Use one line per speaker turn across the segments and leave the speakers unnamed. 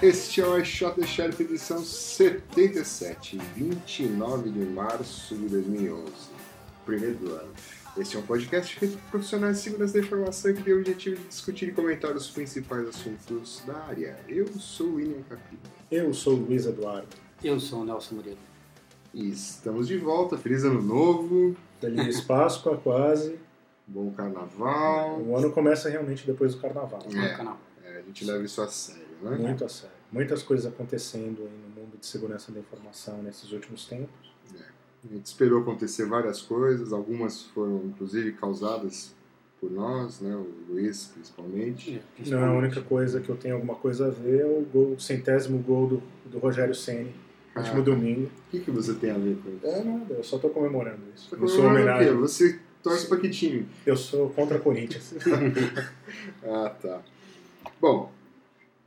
Este é o I Shot the Sheriff edição 77, 29 de março de 2011, primeiro do ano. Este é um podcast feito por profissionais de segurança da informação que tem o objetivo de discutir e comentar os principais assuntos da área. Eu sou o William Capim
Eu sou o Luiz Eduardo.
Eu sou o Nelson Murilo.
e estamos de volta. Feliz ano novo,
Feliz Páscoa, quase.
bom carnaval.
O ano começa realmente depois do carnaval. né?
No canal.
É, a gente leva isso a sério, né?
Muito a sério. Muitas coisas acontecendo aí no mundo de segurança da informação nesses últimos tempos.
A gente esperou acontecer várias coisas, algumas foram inclusive causadas por nós, né? O Luiz principalmente.
Não, é a única coisa que eu tenho alguma coisa a ver é o, gol, o centésimo gol do, do Rogério Ceni, último
Ah.
domingo.
O que, que você tem a ver com isso?
É nada, eu só tô comemorando isso.
Você
Não sou
comemora o quê?
homenagem.
Você torce pra que time?
Eu sou contra Corinthians. É
Ah, tá. Bom,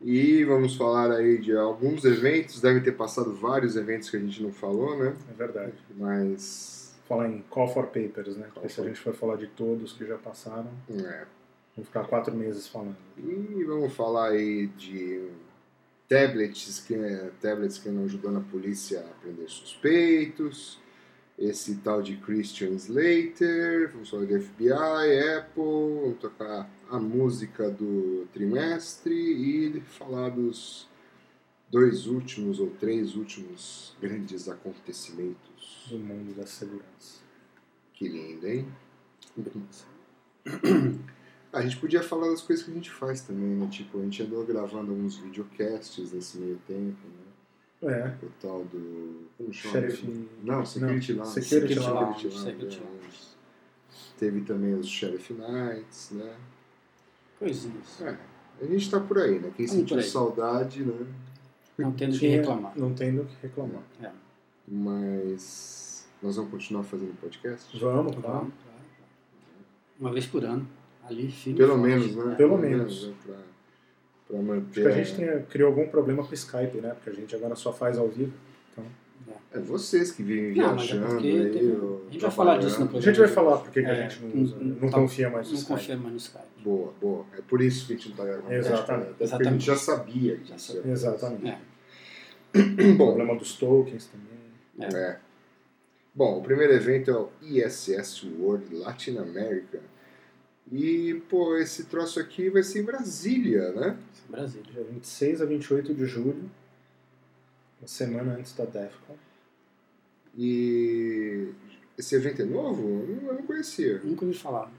e vamos falar aí de alguns eventos, devem ter passado vários eventos que a gente não falou, né?
É verdade.
Mas.
Falar em call for papers, né?
Call
Porque se a
for-
gente for falar de todos que já passaram,
É.
vão ficar quatro meses falando.
E vamos falar aí de tablets que, tablets que não ajudando a polícia a prender suspeitos, esse tal de Christian Slater, vamos falar de FBI, Apple, vamos tocar a música do trimestre e falar dos dois últimos ou três últimos grandes acontecimentos.
do mundo da segurança.
Que lindo, hein? A gente podia falar das coisas que a gente faz também, né? Tipo, a gente andou gravando uns videocasts nesse meio tempo, né?
É,
O tal do. Como chama?
Sheriff.
Não, Security
Não,
Lounge.
Security
Lounge,
Security
Security
Lounge, é. Teve também os Sheriff Nights, né?
Coisinhas.
É, a gente tá por aí, né? Quem
Vamos por
sentiu
aí.
saudade, né?
Não tendo o que
Tinha-
reclamar.
Não tendo o que reclamar.
É.
Mas. Nós vamos continuar fazendo podcast?
Vamos, vamos.
Vamos, vai, vai. Uma vez por ano. Ali, firme.
Pelo
e forte.
menos, né?
É.
Pelo menos.
né? Pra, pra
Acho
manter.
que a gente tem- criou algum problema com o Skype, né? Porque a gente agora só faz ao vivo.
É vocês que vivem
Não, mas é
viajando
porque
aí.
teve-
ou
a gente vai falar disso no
A
trabalhando.
gente vai falar porque que a
É,
gente não usa, né?
não-
não
tá-
confia mais no
Não
Skype.
confia mais no Skype.
Boa, boa. É por isso que a gente não tá gravando.
Exatamente.
Até porque a gente
Exatamente.
já sabia disso.
Já sabia.
Exatamente.
É.
O
Bom,
problema dos tokens também.
é. Bom, o primeiro evento é o ISS World Latin America. E, pô, esse troço aqui vai ser em Brasília, né?
Brasil.
Dia 26 a 28 de julho, uma semana antes da DEFCON.
E esse evento é novo? Eu não- eu não conhecia.
Nunca ouvi falar.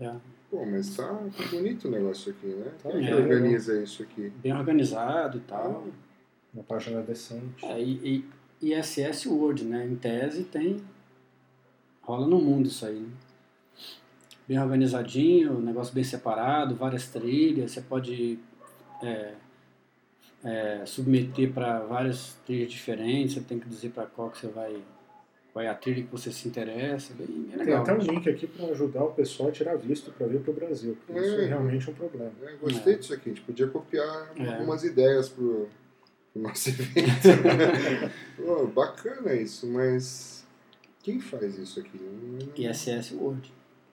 Já.
Pô, mas tá, tá bonito o negócio aqui, né?
Tá,
Quem que
é.
organiza isso aqui?
Bem organizado e tal.
Uma página decente.
É, e, e ISS World, né? Em tese tem. Rola no mundo isso aí, né? Bem organizadinho, um negócio bem separado, várias trilhas, você pode é, é, submeter para várias trilhas diferentes, você tem que dizer para qual que você vai. Qual é a trilha que você se interessa, bem, bem
Tem
legal.
até
né?
um link aqui para ajudar o pessoal a tirar visto para vir para o Brasil. porque Isso
É.
é realmente um problema.
Eu gostei
É.
disso aqui, a gente podia copiar
É.
algumas ideias pro, pro nosso evento. Pô, bacana isso, mas quem faz isso aqui? Eu não-
ISS World.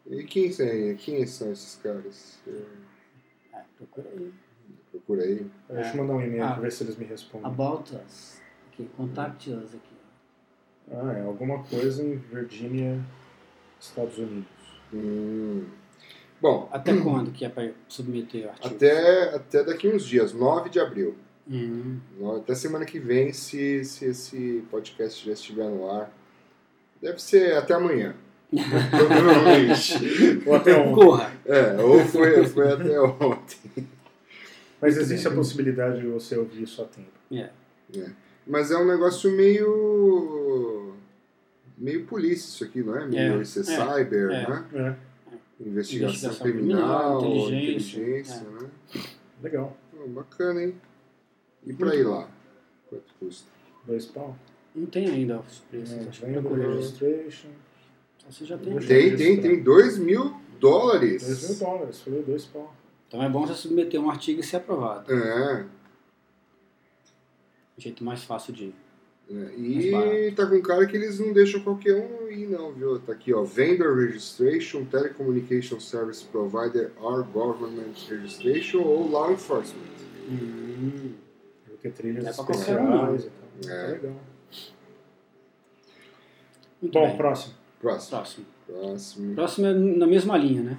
E quem, tem- quem são esses caras? Eu-
É, procura aí.
Procura aí.
Deixa eu mandar um e-mail
Ah.
para ver se eles me respondem.
About Us. Aqui, contact Us aqui.
Ah, é alguma coisa em Virgínia, Estados Unidos.
Hum. Bom,
Até quando que é para submeter o artigo?
até, até daqui uns dias, 9 de abril.
Hum.
No- Até semana que vem, se, se esse podcast já estiver no ar. Deve ser até amanhã. Provavelmente.
Ou até ontem.
Corra!
É, ou foi, foi até ontem.
Mas existe a possibilidade de você ouvir isso a tempo.
É.
Mas é um negócio meio. meio polícia isso aqui, não é? Meio
É,
isso é,
é,
cyber,
é.
né?
É,
Investigação,
Investigação
criminal,
criminal,
inteligência,
inteligência, é.
né?
legal.
Pô, bacana, hein? E pra ir lá? Quanto custa?
Dois pau.
Não tem ainda os preços,
Né?
acho que
Vem do
procurei.
registration.
Então, Você já tem.
Tem.
Tem, tem, tem 2 mil
Dois mil
dólares.
dólares, foi dois pau.
Então é bom você submeter um artigo e ser aprovado.
É.
O jeito mais fácil de.
É,
Mais
E
barato.
tá com cara que eles não deixam qualquer um ir, não, viu? Tá aqui, ó. Vendor Registration, Telecommunication Service
Hum.
Provider or Government Registration ou Law Enforcement.
ter trilhas
Não é pra qualquer um, não.
especiais e tal.
É.
Tá legal.
Muito
Bom,
bem.
próximo.
Próximo.
Próximo.
Próximo.
Próximo é na mesma linha, né?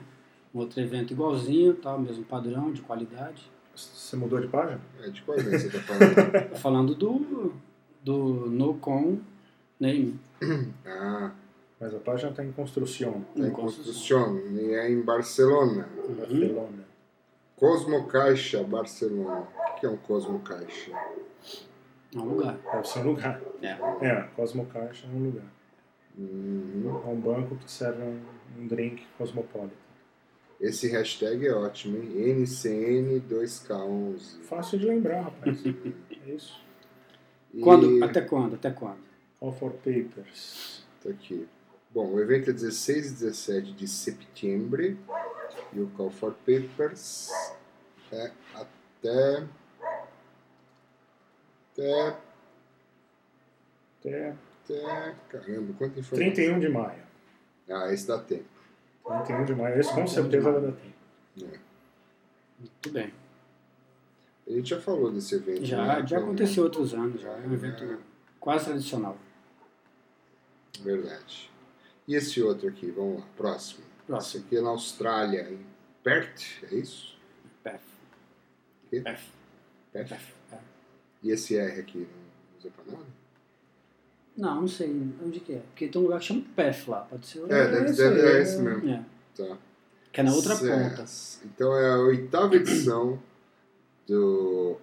Um outro evento igualzinho, tal, mesmo padrão, de qualidade.
Você mudou de página?
É, de qual evento você tá falando?
Tô falando do, do NoCon né, Name.
ah,
Mas a página está em construção.
tá em construção. né? E é em Barcelona.
Uhum.
Barcelona.
Cosmo Caixa Barcelona. O que é um Cosmo Caixa?
É um lugar.
Deve ser um lugar.
É.
É, Cosmocaixa é um lugar.
Uhum.
É um banco que serve um, um drink cosmopolitan.
Esse hashtag é ótimo, hein? NCN2K11.
Fácil de lembrar, rapaz. é isso.
E-
Quando, até quando? Até quando?
All for Papers.
Tá aqui. Bom, o evento é 16 e 17 de setembro e o Call for Papers é até. Até. É,
Até
até caramba, quanta informação.
31 de maio.
Ah, esse dá tempo.
31 de maio. Esse
um
com
31 de
certeza vai
maio.
dar tempo.
Muito bem.
A gente já falou desse evento.
Já,
né?
já
Então,
aconteceu outros anos, já. É um
É.
evento quase tradicional.
Verdade. E esse outro aqui, vamos lá, próximo. Esse
Próximo.
aqui é na Austrália, em Perth, é isso?
Pef.
Quê?
Pef.
Perth?
Pef. É. E
E esse R aqui, não usa pra nada?
Não, não sei onde que é. Porque tem um lugar que chama PEF lá. Pode ser.
É, deve,
esse
deve,
aí,
é
é.
esse mesmo.
É.
Tá.
Que é na outra
Certo.
ponta.
Então é a oitava edição do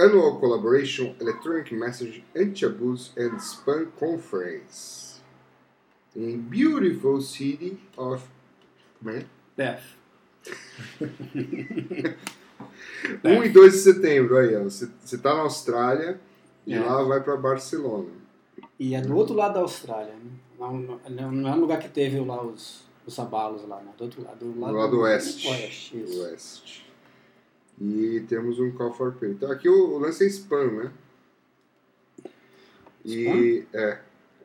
Annual Collaboration Electronic Message Anti-Abuse and Spam Conference in beautiful city of como é?
PEF.
1
Né?
e 2 de setembro aí, ó. Você você tá na Austrália e
É.
lá vai para Barcelona.
E é do
Uhum.
outro lado da Austrália. Né? Não, não, não é um lugar que teve lá os, os abalos lá, né? Do outro lado. Do lado,
Do lado oeste.
Oeste, isso.
Oeste. E temos um call for pay. Então aqui o, o lance é spam, né? E é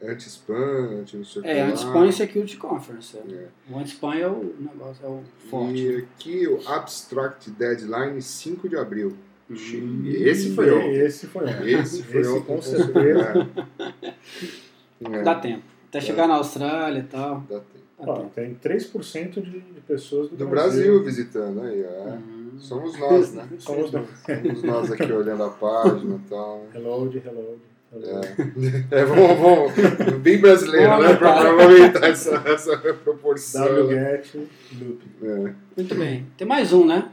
anti-spam, anti não sei o que
É,
lá.
anti-spam e Security Conference. é.
Ah. É.
O anti-spam é o negócio, é o
E
forte.
aqui o Abstract Deadline 5 de abril.
Hum.
Esse foi ontem.
Esse foi ontem.
Esse foi ontem,
com certeza.
É. É,
Uhum. Dá tempo. Até chegar na Austrália e tal.
dá tempo.
Dá
Ó,
tempo.
tem 3% de, de pessoas do,
Do Brasil visitando aí, ó.
Hum.
Somos nós, né?
Somos nós.
Somos nós aqui olhando a página e tal. né?
Reload, reload, reload.
É, é vamos, vamos, bem brasileiro,
Vamos
né? Pra, pra aumentar essa, essa proporção. né?
WGET, loop.
É.
Muito bem. Tem mais um, né?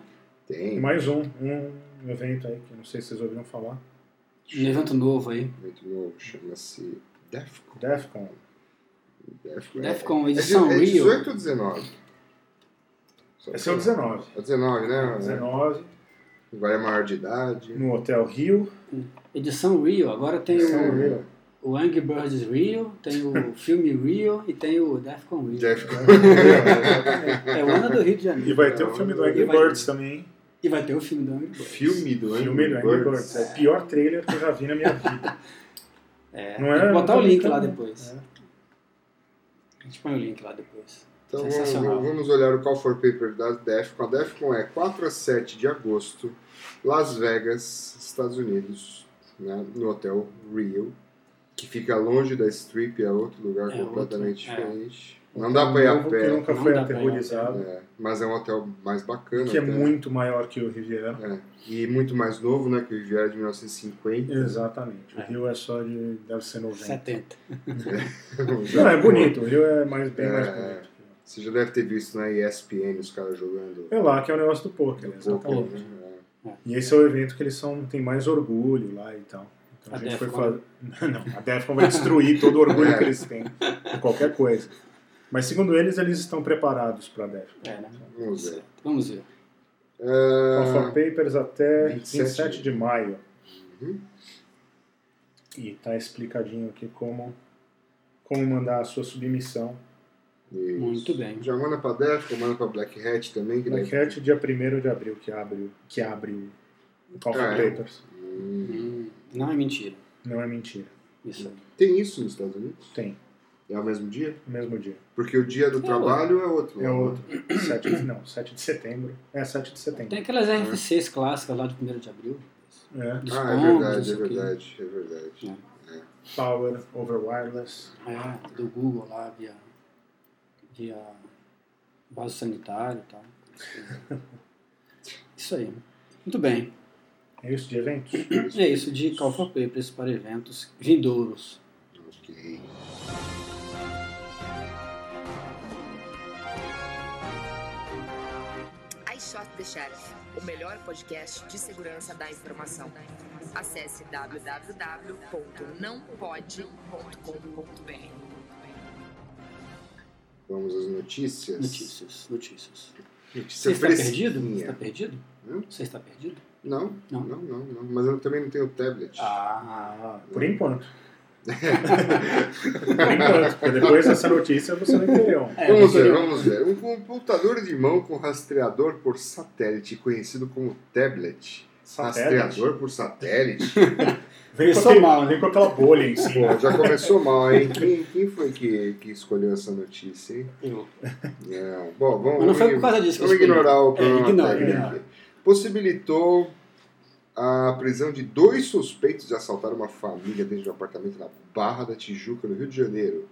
E
Tem,
mais um, um evento aí que eu não sei se vocês ouviram falar.
Um evento novo aí.
muito novo, chama-se Defcon.
Defcon.
Defcon,
Defcon,
é,
edição
é, de- é
Rio.
18 ou 19? Só
Esse é o
pra-
19.
É 19, né?
19,
Vai a maior de idade.
no Hotel Rio.
Edição Rio. Agora tem
Edição
o,
Rio.
o Angry Birds Rio, tem o filme Rio e tem o Defcon Rio.
Defcon.
É o ano do Rio de
E
Janeiro.
vai ter o filme do Angry
E vai-
Birds também, hein?
E vai ter o filme do Angry Birds.
Filme do Angry
Filme do Angry Birds. É o pior trailer que eu já vi na minha vida.
É,
Não
tem
é-
que botar
não
o
tá
link lá
brincando,
depois.
né?
A gente põe o link lá depois.
Então vamos,
Sensacional.
vamos olhar o Call for Paper da Defcon. A Defcon é 4 a 7 de agosto, Las Vegas, Estados Unidos, né, no Hotel Rio, que fica longe da Strip, é outro lugar
É
completamente
outro, é.
diferente. Não dá pra ir a
Um Novo Que
pé,
nunca
Não
foi
dá pra ir a pé.
aterrorizado.
é, mas é um hotel mais bacana.
Que é
até.
muito maior que o Riviera.
É, E muito mais novo, né, que o Riviera de 1950.
Exatamente. O
É.
Rio é só de. deve ser
então.
90.
70.
Não, é bonito. O Rio é mais, bem
É,
mais
é.
bonito.
Você já deve ter visto na ESPN os caras jogando.
É lá que é o negócio do poker.
um pouco,
Exatamente.
né?
E esse é o evento que eles são, tem mais orgulho lá e tal. Então a,
A
gente foi
Defcon. né?
fazer. Não, a Defcon vai destruir todo o orgulho
É.
que eles têm por qualquer coisa. Mas segundo eles, eles estão preparados para a Defcon.
É, né?
Vamos ver. É,
Vamos ver.
Ah.
Call for Papers até
27
27, de maio.
Uhum.
E tá explicadinho aqui como, como mandar a sua submissão.
Isso.
Muito bem.
Já manda pra Defcon, manda pra Black Hat também. Que
Na
deve-
enquete, dia 1 de abril, que abre, o- que abre o Call for
É.
Papers.
Hum.
Hum, não é mentira.
Não é mentira.
Isso aí.
Tem isso nos Estados Unidos?
Tem,
É o mesmo dia?
no mesmo dia.
Porque o dia do
É
trabalho é outro.
É outro. 7 de, não, 7 de setembro. É, 7 de setembro.
Tem aquelas RFCs clássicas lá de 1 de abril.
É.
Uhum. Ah, é
descontos, não
verdade, é
sei o quê.
verdade, é verdade.
Power over wireless.
É, do Google lá via, via vaso sanitário e tal. Isso aí. Muito bem.
É isso de eventos?
É isso de Call for Pay, preço para eventos vindouros.
Ok.
I Shot the Sheriff, o melhor podcast de segurança da informação. Acesse www.nãopode.com.br.
Vamos às notícias.
Notícias, notícias. Você
Notícia
está perdido? Você
fresquinha.
está perdido?
Hum?
Você está perdido?
Não,
Não.
não, não, não. Mas eu também não tenho tablet.
Ah,
Por enquanto. Por enquanto, porque depois dessa notícia você um não entendeu.
é,
Vamos ver,
eu queria-
vamos ver. Um computador de mão com rastreador por satélite, conhecido como tablet.
Satélite.
Rastreador por satélite?
Vem com,
Pensou
aquele,
mal, né?
vem com aquela bolha em cima.
Bom, já começou mal, hein? Quem, quem foi que, que escolheu essa notícia, hein?
Eu.
É, bom, vamos,
Mas não foi
vamos-
por causa disso que eu
vamos
escolhi.
ignorar o
É,
problema
ignora,
técnico
ignora.
aqui. Possibilitou a prisão de dois suspeitos de assaltar uma família dentro de um apartamento na Barra da Tijuca, no Rio de Janeiro.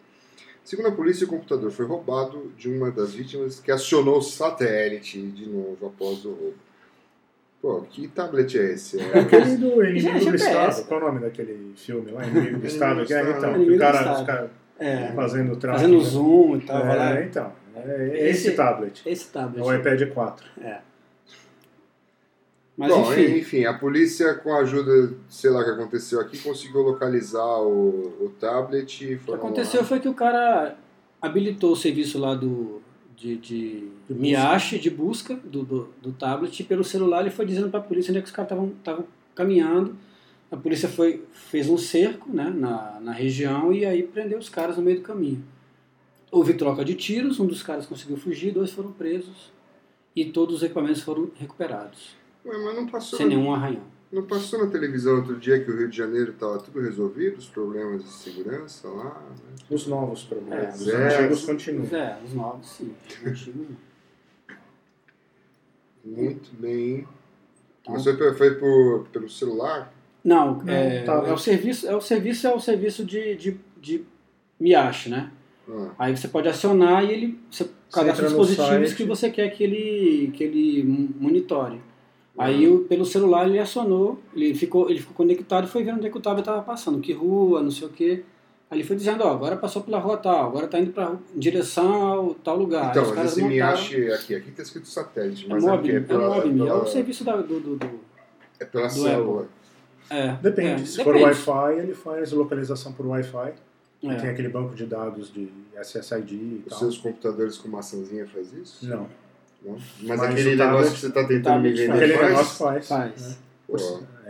Segundo a polícia, o computador foi roubado de uma das vítimas que acionou o satélite de novo após o roubo. Pô, que tablet é esse? É,
Aquele do Inimigo do
GPS.
Estado. Qual é o nome daquele filme lá? Inimigo do Estado. Que é, então, que
Inimigo
o
do
cara,
Estado.
os caras
É,
fazendo tráfico.
fazendo zoom e tal. vai lá.
É, então. É
Esse-
esse, tablet.
Esse
É o
tablet.
iPad 4.
Mas
Bom,
enfim,
enfim, a polícia, com a ajuda, sei lá o que aconteceu aqui, conseguiu localizar o, o tablet.
o que aconteceu foi que o cara habilitou o serviço lá do de, de,
De
Miyashi, de busca do, do, do tablet, e pelo celular ele foi dizendo para a polícia onde é que os caras estavam caminhando. A polícia foi, fez um cerco né, na, na região e aí prendeu os caras no meio do caminho. Houve troca de tiros, um dos caras conseguiu fugir, dois foram presos e todos os equipamentos foram recuperados,
Ué, mas não passou,
sem nenhum arranhão.
não passou na televisão outro dia que o Rio de Janeiro estava tudo resolvido, os problemas de segurança lá. né?
Os novos problemas.
É,
os
zero.
antigos continuam.
Mas é, os novos sim, os antigos não.
Muito bem.
Tá.
Mas foi, pe- foi por- pelo celular?
Não,
Não,
é,
tá.
é o serviço, é o serviço, é o serviço de, de, de Miyashi, né?
Ah,
Aí você pode acionar e ele você
entra
cadastra os
no
dispositivos
site.
que você quer que ele, que ele monitore. Aí
ah,
o- pelo celular ele acionou, ele ficou, ele ficou conectado e foi vendo onde é que o tablet estava passando, que rua, não sei o quê. Aí ele foi dizendo, ó, agora passou pela rua tal, agora tá indo pra, ru- em direção ao tal lugar. Aí
Então,
Ah, os
mas
caras
esse
montaram-
Miyashi aqui, aqui está escrito satélite,
É
mas é,
Mobim,
porque
é,
é pela, é
Mobim, é
pela,
o serviço da- do, do, do-
é pela
do
célula.
É,
Depende.
é,
Se for
depende.
Wi-Fi, ele faz localização por Wi-Fi.
É.
Tem aquele banco de dados de SSID e
Os
tal.
seus computadores com maçãzinha faz
É.
isso?
Não.
Não? Mas,
Mas
aquele negócio
o tablet-
que você está tentando me
tá tablet
vender
faz.
Aquele
faz?
negócio faz.
Faz.
Pô,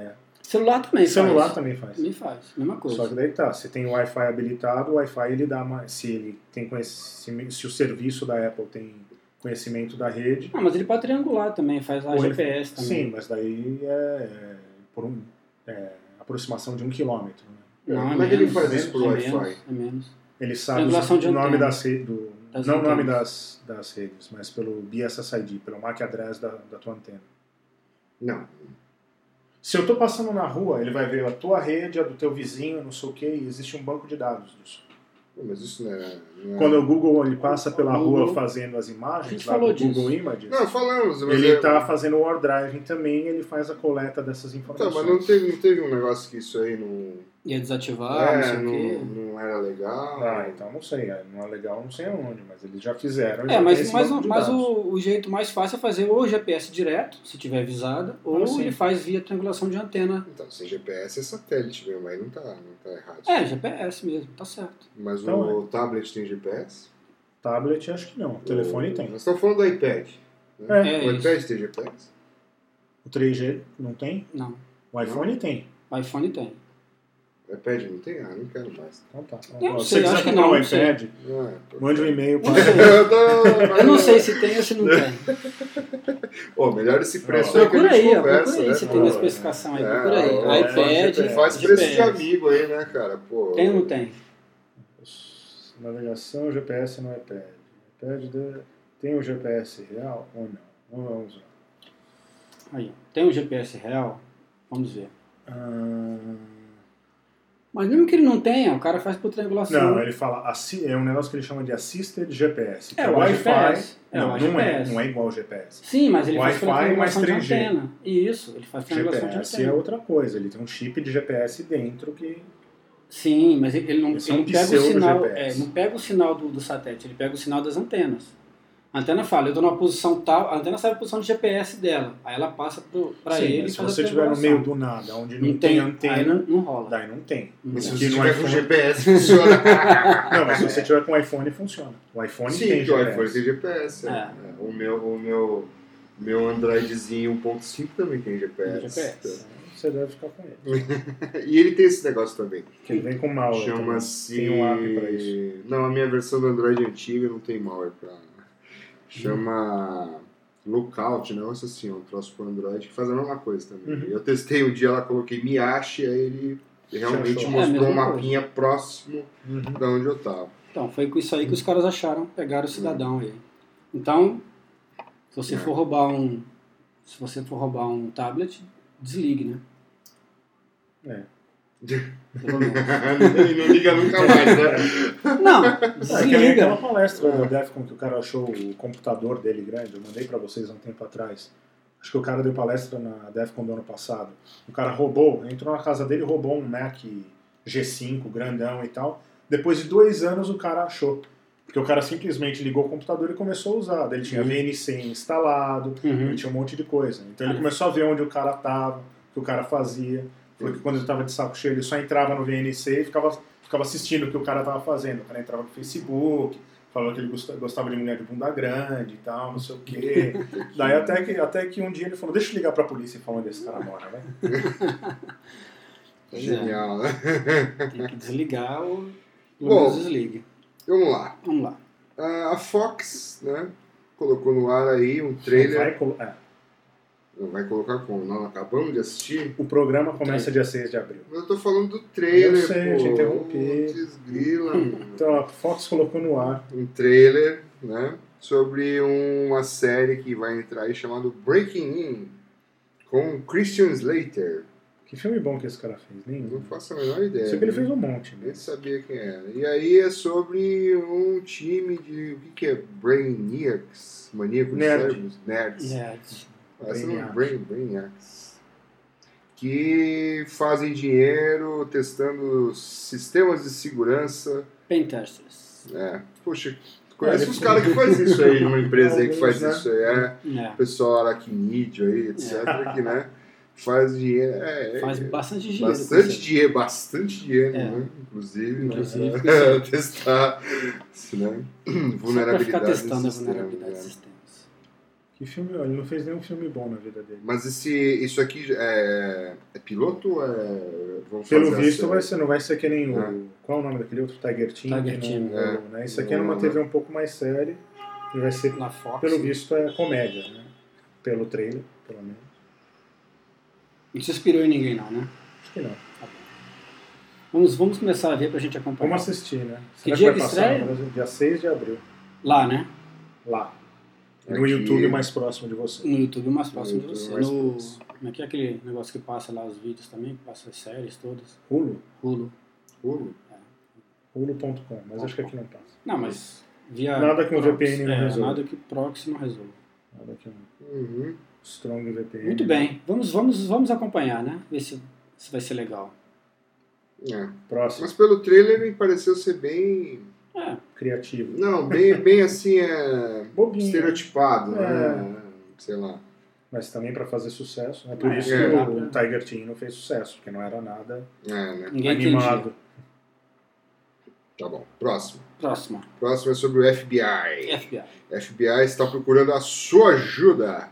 É.
Celular também
Celular
faz.
também faz.
Me faz, mesma coisa.
Só que daí tá, se tem o Wi-Fi habilitado, o Wi-Fi ele dá mais. Se ele tem conhecimento, se o serviço da Apple tem conhecimento da rede,
Ah, mas ele pode triangular também, faz a
Ou ele-
GPS também.
sim, mas daí é, é por um, é, aproximação de um quilômetro. né?
Não,
Como é que ele
menos,
faz isso por
é
Wi-Fi?
menos, É menos.
Ele sabe
Triangulação de
o nome
antena.
das redes, do,
Das
não o nome
antenas.
das, das redes, mas pelo BSSID, pelo MAC address da, da tua antena.
Não.
Se eu tô passando na rua, ele vai ver a tua rede, a do teu vizinho, não sei o que, e existe um banco de dados disso.
Pô, Mas isso não é. Não, é-
Quando o Google ele passa pela
Google-
rua fazendo as
A gente
imagens, lá
falou
do Google
disso.
Images,
não falamos, mas.
ele
é-
tá
está fazendo o OneDrive também, ele faz a coleta dessas
Então,
informações.
mas não teve, não teve um negócio que isso aí não,
Ia desativar, não
é,
sei
não,
o quê.
não era legal.
Ah, então não sei, é, não é legal, não sei aonde, mas eles já fizeram.
É,
já tem
mas,
esse
mas,
banco de
mas
dados.
o, o jeito mais fácil é fazer ou GPS direto, se tiver visada, ou
sim.
ele faz via triangulação de antena.
Então, sem GPS é satélite mesmo, aí não tá, não tá errado.
É, GPS mesmo, tá certo.
Mas
Então,
o tablet tem GPS?
Tablet acho que não, o telefone tem.
Nós estamos falando do iPad.
É.
É
o
isso.
iPad tem GPS?
O 3G não tem,
Não,
o iPhone tem.
o iPhone tem.
O iPad não tem? Ah, não quero mais.
Então tá. Se
Eu não
você
sei,
quiser
acho que
comprar
não,
um
não sei.
iPad,
Ah, pô.
mande um e-mail
Não
para.
sei.
Eu tô-
Eu não sei se tem ou se não tem.
Ô, melhor esse preço
Ó,
aí que
Procura
a gente
aí, ó,
conversa,
procura aí
né?
se tem uma
Ó,
especificação aí,
É,
procura aí.
ó,
iPad,
Faz
GPS.
preço de amigo aí, né, cara? Pô,
Tem ou não tem?
Navegação, GPS no iPad. iPad da- tem o GPS real ou não? Não vamos lá.
Aí, ó. tem um GPS real, Vamos ver.
Ah,
Mas mesmo que ele não tenha, o cara faz por triangulação.
Não, ele fala assi- é um negócio que ele chama de assisted GPS. que
É, o GPS. É,
não,
o
não é,
GPS.
não é igual ao GPS.
Sim, mas ele faz
Wi-Fi
pela triangulação
mais
de
3G.
antena. E isso, ele faz triangulação de
GPS é
antena.
outra coisa, ele tem um chip de GPS dentro que
Sim, mas ele ele não,
Esse
ele
é um
não pega o
pseudo
sinal, é,
GPS.
não pega o sinal do, do satélite, ele pega o sinal das antenas. A antena fala, eu estou numa posição tal, a antena sabe a posição de GPS dela. Aí ela passa para
Sim,
ele
mas
e
se
faz a
você estiver no
triangulação.
meio do nada, onde não,
não tem,
antena,
aí não, não rola.
daí não tem.
Não
Mas se
tem.
você
Aqui no
tiver com
iPhone.
GPS, funciona.
Não, mas se você tiver com o iPhone, funciona. O iPhone
Sim,
tem
que o
GPS.
iPhone tem GPS. é.
É.
É, O meu, o meu, meu Androidzinho 1.5 também tem
É, Tem
GPS.
GPS.
Você deve ficar com ele.
E ele tem esse negócio também.
Porque ele vem com malware.
Chama-se.
também. Tem um app pra isso.
Não, a minha versão do Android antiga não tem malware pra. Chama. Lookout, não, essa assim, é um troço pro Android que faz a mesma coisa também.
Uhum.
Eu testei um dia lá, coloquei me ache, aí ele realmente
achou.
É, a
mostrou
mesma
um mapinha próximo
Uhum.
da onde eu tava.
Então, foi com isso aí que os caras acharam, pegaram o cidadão aí. Então, se você
É.
for roubar um. Se você for roubar um tablet, desligue, né?
É.
Pelo menos.
e não liga nunca mais, né?
Não,
Ah, é que nem
desliga.
aquela palestra da Defcon que o cara achou o computador dele grande, eu mandei pra vocês há um tempo atrás. Acho que o cara deu palestra na Defcon do ano passado. O cara roubou, entrou na casa dele, roubou um Mac G5 grandão e tal. Depois de dois anos o cara achou. Porque o cara simplesmente ligou o computador e começou a usar. Daí Ele tinha
Uhum.
VNC instalado,
Uhum.
ele tinha um monte de coisa. Então ele
Ah.
começou a ver onde o cara tava, o que o cara fazia. Foi que quando ele tava de saco cheio, ele só entrava no VNC e ficava, ficava assistindo o que o cara tava fazendo. O cara entrava no Facebook, falava que ele gosta- gostava de mulher de bunda grande e tal, não sei o quê. Daí até que, até que um dia ele falou, deixa eu ligar pra polícia e falar onde esse cara mora, vai.
Pois é,
Genial, né?
Tem que desligar ou. Pelo
Bom.
menos desligue.
Vamos lá.
Vamos lá.
Ah, a Fox, né? Colocou no ar aí um
Ele
trailer.
vai colo- é,
Não vai colocar como? Não, acabamos de assistir.
o programa começa dia 6 de abril.
Mas eu tô falando do trailer,
Eu sei, eu
pô.
te interrompi.
Putz, grila, mano.
Então a Fox colocou no ar.
Um trailer, né? Sobre uma série que vai entrar aí chamado Breaking In. Com Christian Slater.
Que filme bom que esse cara fez,
Não
nenhum.
faço a menor ideia.
Sei que ele
né?
fez um monte, né?
Nem sabia quem era. E aí é sobre um time de. O que, que é? Brainiacs? Maníacos de
Nerd.
cérebros? Nerds.
Nerds.
Parece um
Brainiacs.
Brain, Brainiacs. Que fazem dinheiro testando sistemas de segurança.
Pentesters.
É. Poxa, conhece
É,
os
ele-
caras que fazem isso aí numa empresa aí que faz
Alguns,
isso
né?
aí. É, o
É.
pessoal aracnídeo aí, etc. Que, né? Faz dinheiro. É, é,
Faz bastante dinheiro. com
bastante
isso
dinheiro, bastante dinheiro,
É.
né? Inclusive, né?
Inclusive,
Pra testar isso, né?
aí. Só pra
vulnerabilidade.
ficar testando a
do sistema,
vulnerabilidade
né?
dos sistemas.
Que filme, ele não fez nenhum filme bom na vida dele.
Mas esse, isso aqui é, é piloto ou é. vão
Pelo
fazer a
visto
série?
vai ser, não vai ser que nem o.
É.
Qual é o nome daquele outro? Tiger Team?
Tiger
que
Team.
Não,
É.
né? Isso aqui é
Não,
numa
né?
TV um pouco mais séria. E vai ser,
Na Fox.
pelo visto, é comédia, né? Pelo trailer, pelo menos.
Não se inspirou em ninguém, não, né?
Acho que não.
Vamos, vamos começar a ver pra gente acompanhar.
Vamos assistir, né?
Que dia que
passar
estreia?
no Brasil? Dia 6 de abril.
Lá, né?
Lá. No
Aqui.
YouTube mais próximo de você.
No YouTube mais próximo de
YouTube
você.
mais
No,
próximo.
como é que é aquele negócio que passa lá os vídeos também, que passa as séries todas?
Hulu?
Hulu.
Pulo.
Hulu.com, mas acho que aqui não passa.
Não, mas via.
Nada que um
proxy.
VPN não
é,
resolva.
Nada que proxy não resolva.
Nada aqui não.
Uhum.
Strong VPN.
Muito bem. Vamos, vamos, vamos acompanhar, né? Ver se, se vai ser legal.
É.
Próximo.
Mas pelo trailer me pareceu ser bem.
É,
Criativo.
Não, bem, bem assim, é.
Bobinho.
estereotipado,
É.
né? Sei lá.
Mas também pra fazer sucesso. É por
É,
isso
é.
que o Tiger Team não fez sucesso, porque não era nada
É, né?
ninguém entendia.
animado.
Tá bom. Próximo.
Próxima.
Próximo é sobre o FBI.
FBI.
FBI está procurando a sua ajuda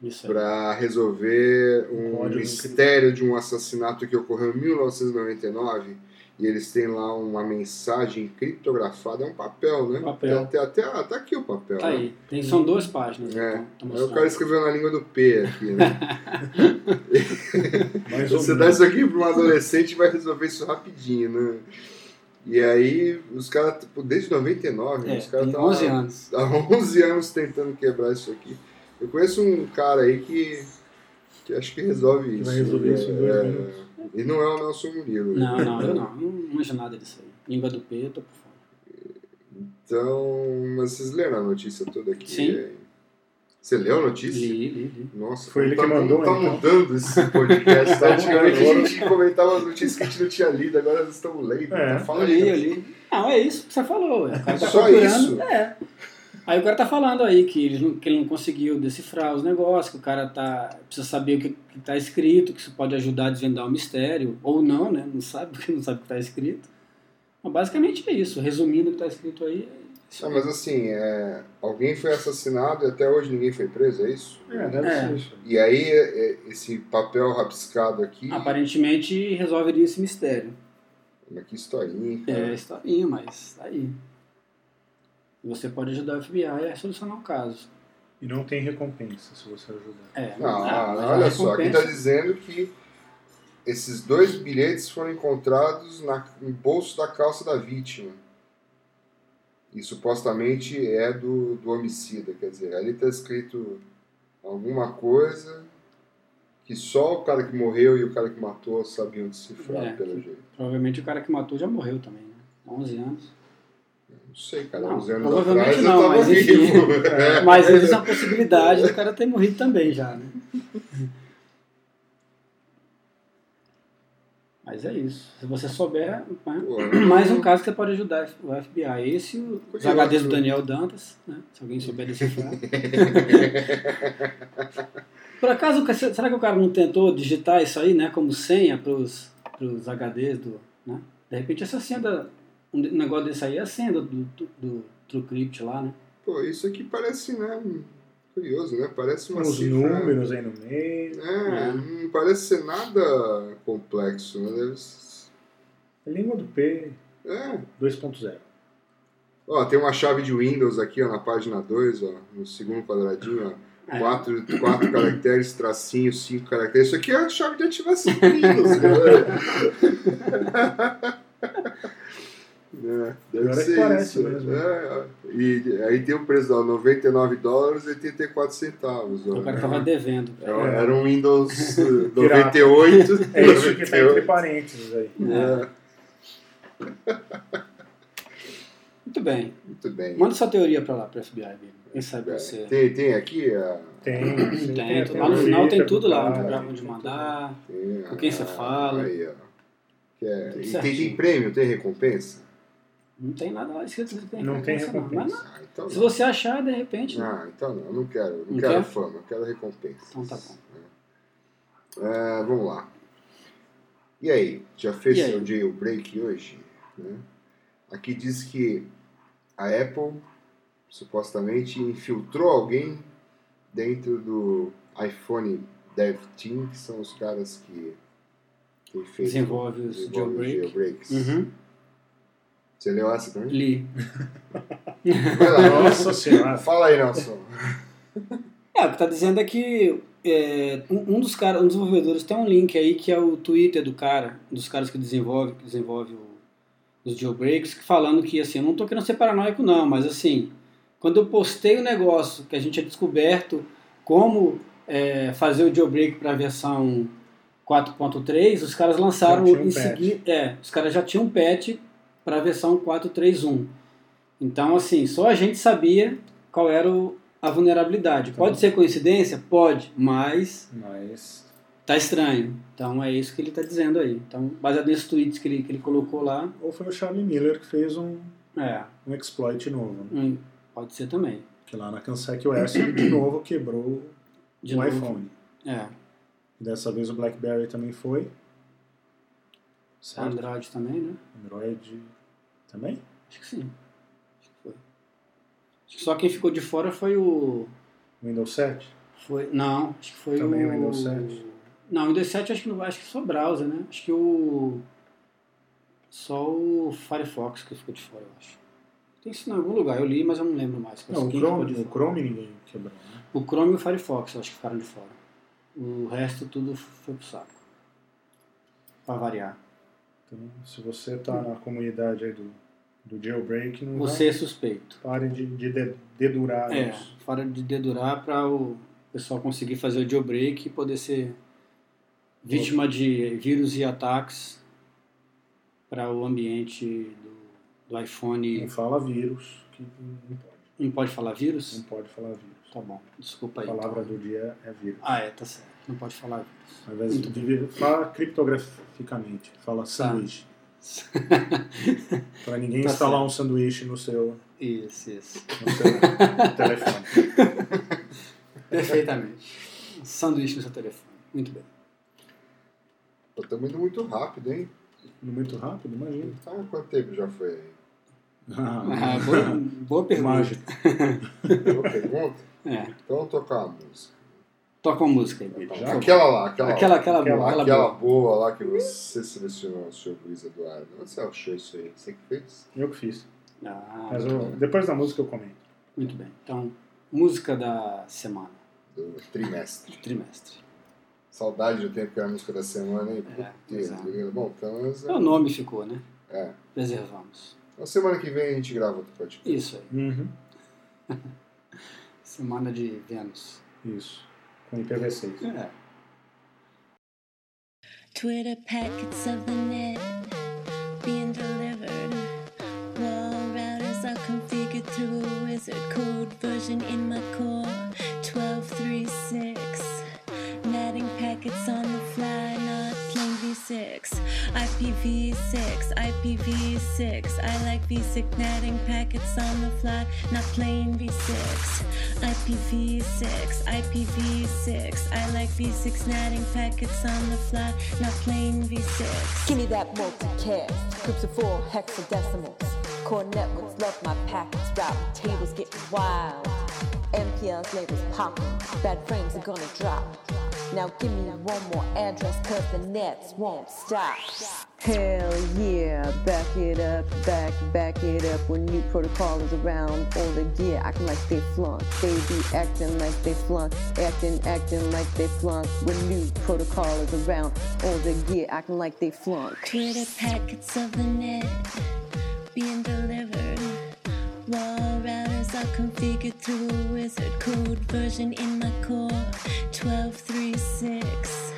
Isso aí.
para resolver
Tá. Um
um
código
mistério de um assassinato que ocorreu em 1999 e eles têm lá uma mensagem criptografada, é um papel, né?
Papel.
Até, até, até, tá aqui o papel.
Tá
né?
aí. Tem- são duas páginas.
É.
então, tá
Aí o
mostrando.
cara escreveu na língua do P aqui, né?
Mais ou
Você dá
menos.
isso aqui para um adolescente vai resolver isso rapidinho, né? E aí, os caras, tipo, desde 99, né,
É,
os caras
tem
estão
11 anos.
há 11 anos tentando quebrar isso aqui. Eu conheço um cara aí que que acho que resolve
Que
isso.
vai resolver isso em dois
É,
minutos.
E não é o Nelson Murilo.
Não, não, eu não. Não manjo nada disso aí. Língua do P, eu tô por fora.
Então, mas vocês leram a notícia toda aqui?
Sim.
É. Você leu a notícia?
Li, li, li.
Nossa,
Foi ele
tá,
que mandou,
Tá
então.
mudando esse podcast. tá? Antigamente a
Agora-
gente comentava notícias que a gente não tinha lido, agora nós estamos lendo.
É.
Então fala
Eu li, eu
aí.
li. Não, é isso que você falou. ué. O cara tá
Só
procurando.
isso?
É. Aí o cara tá falando aí que ele não, que ele não conseguiu decifrar os negócios, que o cara tá, precisa saber o que, que tá escrito, que isso pode ajudar a desvendar o mistério. Ou não, né? Não sabe, porque não sabe o que tá escrito. Mas basicamente é isso. Resumindo o que tá escrito aí, é isso.
Ah, mas assim, é, alguém foi assassinado e até hoje ninguém foi preso, é isso?
É, deve
É.
ser isso.
E aí, é, é, esse papel rabiscado aqui.
Aparentemente resolveria esse mistério.
Mas que historinha,
É,
cara.
historinha, mas tá aí. E Você pode ajudar o FBI a solucionar o caso.
E não tem recompensa se você ajudar.
É,
Não,
ah, mas a
olha só, aqui
recompensa-
tá dizendo que esses dois bilhetes foram encontrados na- no bolso da calça da vítima. E supostamente é do, do homicida, quer dizer, ali tá escrito alguma coisa que só o cara que morreu e o cara que matou sabiam decifrar,
É.
pelo jeito.
Provavelmente o cara que matou já morreu também, né? 11 anos.
Não sei, cara,
Não,
uns anos
provavelmente
atrás
não,
eu tava
mas enfim.
vivo.
Mas existe a possibilidade do cara ter morrido também já, né? Mas é isso. Se você souber, né?
Pô,
mais um caso que você pode ajudar o FBI. Esse, o- os
Curioso.
HDs do Daniel Dantas, né? Se alguém souber decifrar. Por acaso, será que o cara não tentou digitar isso aí, né? Como senha pros, pros HDs do... Né? De repente essa senha da... Um negócio desse aí é a senha do, do, do, do TrueCrypt lá, né?
Pô, isso aqui parece, né? Curioso, né? Parece uma
Tem uns
cifra-
números aí no meio.
É, não parece ser nada complexo, né? Deve ser-
É língua do P
É.
2.0.
Ó, tem uma chave de Windows aqui, ó, na página 2, ó, no segundo quadradinho, ó.
É.
Quatro, quatro caracteres, tracinho, cinco caracteres. Isso aqui é a chave de ativação do Windows, né? galera. É, deve
Pior é que
ser
parece
isso.
mesmo. né?
É, ó. e aí tem o preço, ó, 99 dólares e 84 centavos. Ó.
O cara tá- tava devendo.
Era um- Era um Windows eh, 98.
É isso que tá
98.
entre parênteses aí.
É,
É. Muito bem.
muito bem.
Manda sua teoria pra lá, pro FBI, Billy. Quem sabe você.
Tem, tem aqui a.
Tem,
Tem,
tem, é
tudo lá no final tem
Twitter,
tudo
cara,
lá.
né?
onde pra onde
tem
mandar.
Tem a
Com quem você fala.
Aí, ó. Que é-
Tudo
e tem,
certinho.
tem prêmio, tem recompensa?
Não tem nada lá escrito. que Tem
Não tem
Mas,
recompensa.
Ah, então
não. se
não.
você achar, de repente. né?
Ah, então não, não quero. Não,
Não
quero
quer?
fama, quero recompensa.
Então tá bom.
É, vamos lá. E aí, já fez
E aí?
seu jailbreak hoje? né? Aqui diz que a Apple supostamente infiltrou alguém dentro do iPhone Dev Team, que são os caras que têm feito
Desenvolve os
desenvolve os
jailbreak.
jailbreaks.
Uhum.
Você leu essa também?
Li.
Vai lá,
Nossa senhora.
Fala aí, Nelson.
É, o que tá dizendo é que é, um, um dos caras, um dos desenvolvedores tem um link aí que é o Twitter do cara, um dos caras que desenvolve, que desenvolve o- os jailbreaks, que falando que assim, eu não tô querendo ser paranoico não, mas assim, quando eu postei o negócio que a gente tinha descoberto como é, fazer o jailbreak para a versão 4.3, os caras lançaram
Já tinha um
em
patch.
seguida, é, os caras já tinham um patch para a versão 4.3.1. Então assim, só a gente sabia qual era o- a vulnerabilidade.
Então-
Pode ser coincidência? Pode, mas
Mas
tá estranho. Então é isso que ele tá dizendo aí. Então, baseado nesses tweets que ele, que ele colocou lá,
Ou foi o Charlie Miller que fez um,
é,
um exploit novo, né?
hum, pode ser também.
Que lá na Cansec OS ele de novo quebrou
De
o
novo.
Um iPhone.
É,
Dessa vez o BlackBerry também foi. Certo?
Android também, né?
Android também?
Acho que sim. Acho que foi. Acho que só quem ficou de fora foi o.
Windows 7?
Foi, não, acho que foi
Também
o.
o Windows 7?
Não, o Windows 7 acho que, não, acho que só browser, né? Acho que o. Só o Firefox que ficou de fora, eu acho. Tem isso em algum lugar, eu li, mas eu não lembro mais.
Não, o
Então, Quem
Chrome,
ficou de
o Chrome ninguém quebrou, né?
O Chrome e o Firefox, eu acho que ficaram de fora. O resto tudo foi pro saco. Pra variar.
Então, se você tá na comunidade aí do, do jailbreak, não
Você é suspeito.
vai- pare de, de de- dedurar
É,
os-
fora de dedurar pra o o pessoal conseguir fazer o jailbreak e poder ser vítima de vírus e ataques para o ambiente do, do
Não
iPhone.
fala vírus, que não pode.
Não pode falar
Não
vírus?
pode falar vírus.
Tá bom, desculpa
A
aí.
palavra
então.
do dia é vírus.
Ah, é, tá certo. Não pode falar vírus.
Ao invés de vírus, fala criptograficamente. Fala sanduíche. Para ninguém
Tá
instalar um sanduíche no seu,
isso, isso.
no seu telefone.
Perfeitamente. Sanduíche no seu telefone. Muito bem.
Pô, Estamos indo muito rápido, hein?
Muito rápido, imagina.
Tá, quanto tempo já foi aí?
Ah, boa, boa pergunta.
Mágico.
Boa pergunta?
É.
Então vamos tocar a música.
Toca uma música aí, Bíblia.
Já?
Aquela lá, aquela,
Aquela,
lá.
aquela, boa, aquela,
aquela
boa.
boa lá que você selecionou, senhor Luiz Eduardo. Onde você achou isso aí? Você que fez?
Eu que fiz.
Ah,
Mas eu- depois da música eu comento.
Muito bem. Então, música da semana,
Do trimestre.
do trimestre.
Saudade do tempo que era a música da semana, hein?
É,
Deus,
exato.
beleza? Bom, então. nós-
O nome ficou, né?
É.
Preservamos.
Na semana que vem a gente grava outro podcast.
Isso aí.
Uhum.
Semana de Vênus.
Isso. Com IPv6.
É.
Twitter packets of the net being delivered. Wall routers are configured through a wizard code version in my core 1236. Netting packets on the fly, not plain v6. IPv6, IPv6. I like v6 netting packets on the fly, not plain v6. IPv6, IPv6. I like v6 netting packets on the fly, not plain v6.
Give me that multicast. Clips of four hexadecimals. Core networks love my packets. Route tables get wild. MPL's labels popping. Bad frames are gonna drop. Now give me one more address, cause the nets won't stop. Hell yeah, back it up, back, back it up. When new protocol is around, older gear acting like they flunk. They be acting like they flunk, acting, acting like they flunk. When new protocol is around, older gear acting like they flunk.
Twitter packets of the net being delivered. Wall routers are configured through a wizard code version in my core 1236.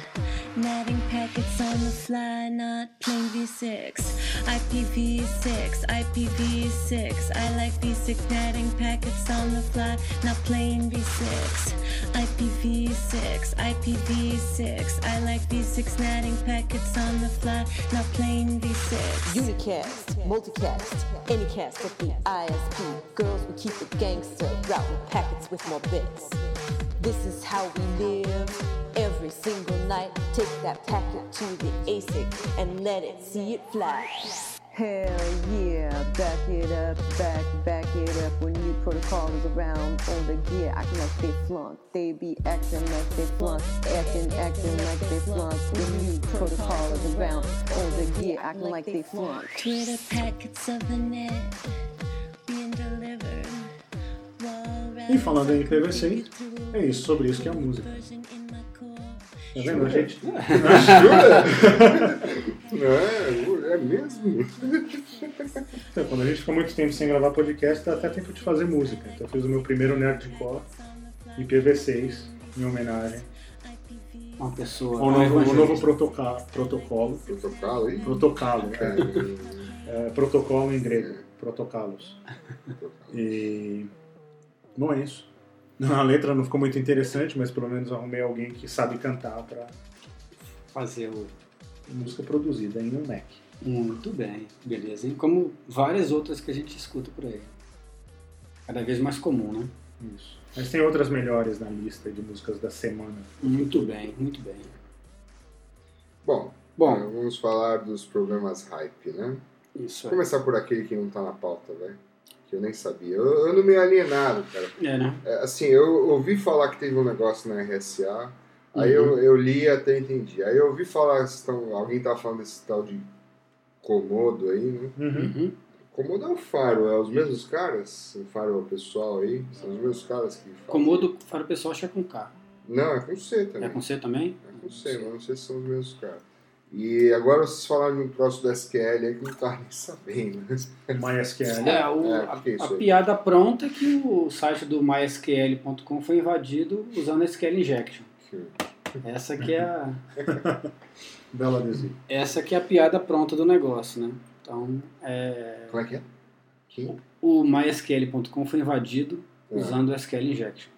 Matting packets on the fly, not plain v6. IPv6, IPv6. I like v6 matting packets on the fly, not plain v6. IPv6, IPv6. I like v6 matting packets on the fly, not plain v6.
Unicast, multicast, anycast with the ISP. Girls will keep it gangster, route with packets with more bits. This is how we live every single night. Take that packet to the ASIC and let it see it fly. Hell yeah, back it up, back, back it up. When new protocol is around, all the gear acting like they flunk. They be acting like they flunk, acting, acting like they flunk. When new protocol is around, all the gear acting like they flunk.
Twitter packets of the net being delivered.
E falando em IPv6, é isso, sobre isso que é a música. Tá vendo, gente?
É, é mesmo?
Então, quando a gente fica muito tempo sem gravar podcast, dá até tempo de fazer música. Então eu fiz o meu primeiro Nerd de Cola, IPv6, em homenagem
Uma pessoa.
ao
um
novo, ao
evangelista.
novo protoca- protocolo.
Protocolo aí?
Protocolo, é,
É,
é, protocolo em grego, protocolos.
protocolo.
E. Bom, é isso. A letra não ficou muito interessante, mas pelo menos arrumei alguém que sabe cantar pra
fazer o.
música produzida em um Mac.
Muito bem, beleza. E como várias outras que a gente escuta por aí. Cada vez mais comum, né?
Isso. Mas tem outras melhores na lista de músicas da semana.
Muito bem, muito bem.
Bom,
Bom,
eh, vamos falar dos problemas hype, né?
isso
Vou
aí.
começar por aquele que não tá na pauta, velho. Que eu nem sabia. Eu, eu não me alienado, cara.
É, né?
É, assim, eu ouvi falar que teve um negócio na RSA. Aí
Uhum.
eu, eu li e até entendi. Aí eu ouvi falar, esse tal- alguém tava falando desse tal de Komodo aí, né?
Uhum.
Komodo é o Faro, é os mesmos caras? O Faro é o pessoal aí? São os mesmos caras que fazem?
Comodo para o pessoal achar com K.
Não, é com C também.
É com C também?
É com C, mas não sei se são os mesmos caras. E agora vocês falaram de um troço do SQL aí que não tá nem sabendo.
Uhum. MySQL.
É, o-
É,
a,
o que é isso
a
aí?
piada pronta é que o site do mysql.com foi invadido usando SQL Injection. Essa que é
Uhum.
a,
Belo adesivo.
essa que é a piada pronta do negócio, né? Então, é,
Como é que é? Quem?
o mysql.com foi invadido
É.
usando SQL Injection.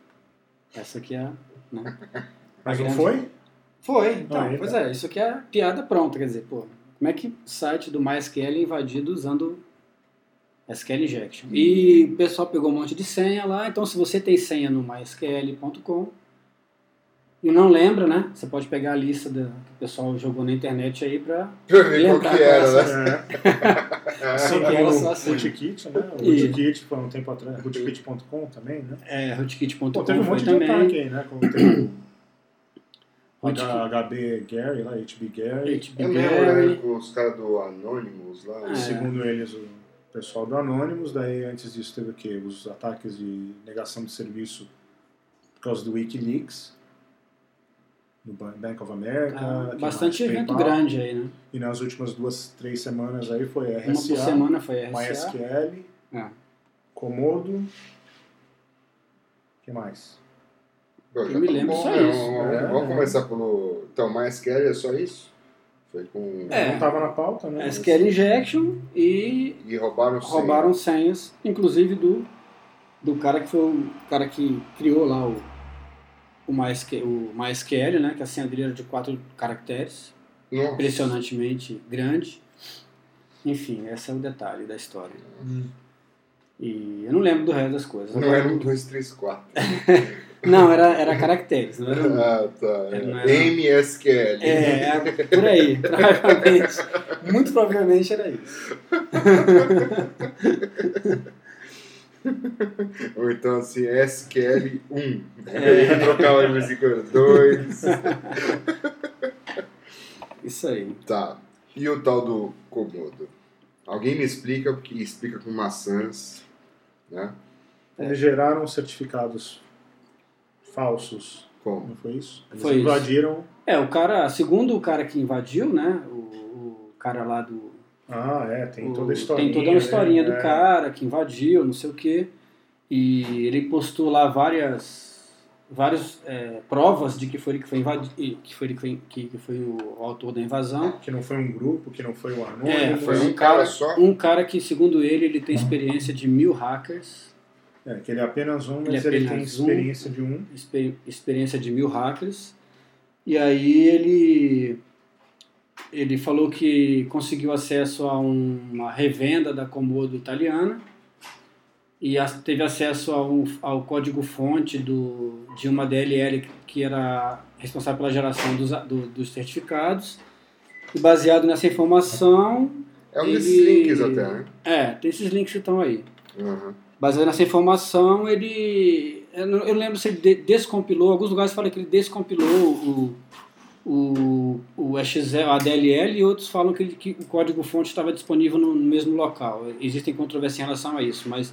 Essa que é a... né?
Mas não
grande.
foi?
Foi, então,
Aí,
pois
tá.
é, isso aqui é a piada pronta, quer dizer, pô, como é que o site do MySQL é invadido usando SQL Injection? E
Uhum.
o pessoal pegou um monte de senha lá, então se você tem senha no mysql.com e não lembra, né, você pode pegar a lista da, que o pessoal jogou na internet aí pra...
Deixa eu ver qual
Lembrar
que era,
dessa-
né?
É.
Só
Assim
que era só
como
assim.
o Rootkit, né? O
E-
Rootkit, foi um tempo atrás, rootkit.com também, né?
É,
Pô, teve
rootkit.com
um
foi
monte de ataque
também,
aí, né? Como teve o
Rootkit.
H- HB Gary, lá, HB Gary.
Eu
HB
lembro
Gary,
né, com os caras do Anonymous lá.
É.
Segundo eles, o pessoal do Anonymous. Daí, antes disso, teve o quê? Os ataques de negação de serviço por causa do Wikileaks, do Ban- Bank of America.
ah,
que
bastante
mais?
evento
PayPal.
grande aí, né,
E nas últimas duas, três semanas aí foi
uma por
RSA,
semana foi RSA,
MySQL,
É.
Comodo. O que mais?
Pô, já
Eu me
tá
lembro
bom,
só
né?
isso.
Vamos,
É.
vamos começar pelo. Então, MySQL é só isso? Foi com.
É.
Não tava na pauta, né?
SQL Injection e
E roubaram o
roubaram senhas, inclusive do, do cara que foi o cara que criou lá o, o, MySQL, o MySQL, né? Que a senha dele era de quatro caracteres,
Nossa.
impressionantemente grande. Enfim, esse é o detalhe da história. E eu não lembro do resto das coisas.
Hum. Não era um, dois, três, quatro.
Não, era, era caracteres, não era
Ah, tá.
É, não era-
MSQL.
É, é, por aí, provavelmente. Muito provavelmente era isso.
Ou então assim, SQL1.
É.
Ele trocava de vez em quando. 2.
Isso aí.
Tá. E o tal do Komodo? Alguém me explica, porque explica com maçãs, né?
Eles geraram certificados falsos,
Como?
não foi isso? Eles
Foi isso.
invadiram.
É, o cara, segundo o cara que invadiu, né? O, o cara lá do,
Ah, é, tem toda a
O-
historinha.
Tem toda uma historinha
né?
do
É.
cara que invadiu, não sei o quê. E ele postou lá várias, várias é, provas de que foi ele que foi invadido, que foi, ele que, foi, que- que foi o autor da invasão.
Que não foi um grupo, que não foi o né? anônimo.
É,
Foi
um
um cara
cara-
só?
Um cara que, segundo ele, ele tem experiência de mil hackers,
É, que ele é apenas um,
Ele é
mas ele, tem
apenas um.
experiência de um.
exper- experiência de mil hackers. E aí ele ele falou que conseguiu acesso a um- uma revenda da Comodo italiana e as- teve acesso a um- ao código-fonte do- de uma DLL que- que era responsável pela geração dos, a- do- dos certificados. E baseado nessa informação,
É um desses
Ele-
links até, né?
é, tem esses links que estão aí.
Uhum.
Baseado nessa informação, ele. Eu não eu lembro se ele de- descompilou, alguns lugares falam que ele descompilou o, o, o EXL, a DLL e outros falam que, ele- que o código-fonte estava disponível no, no mesmo local. Existem controvérsias em relação a isso, mas,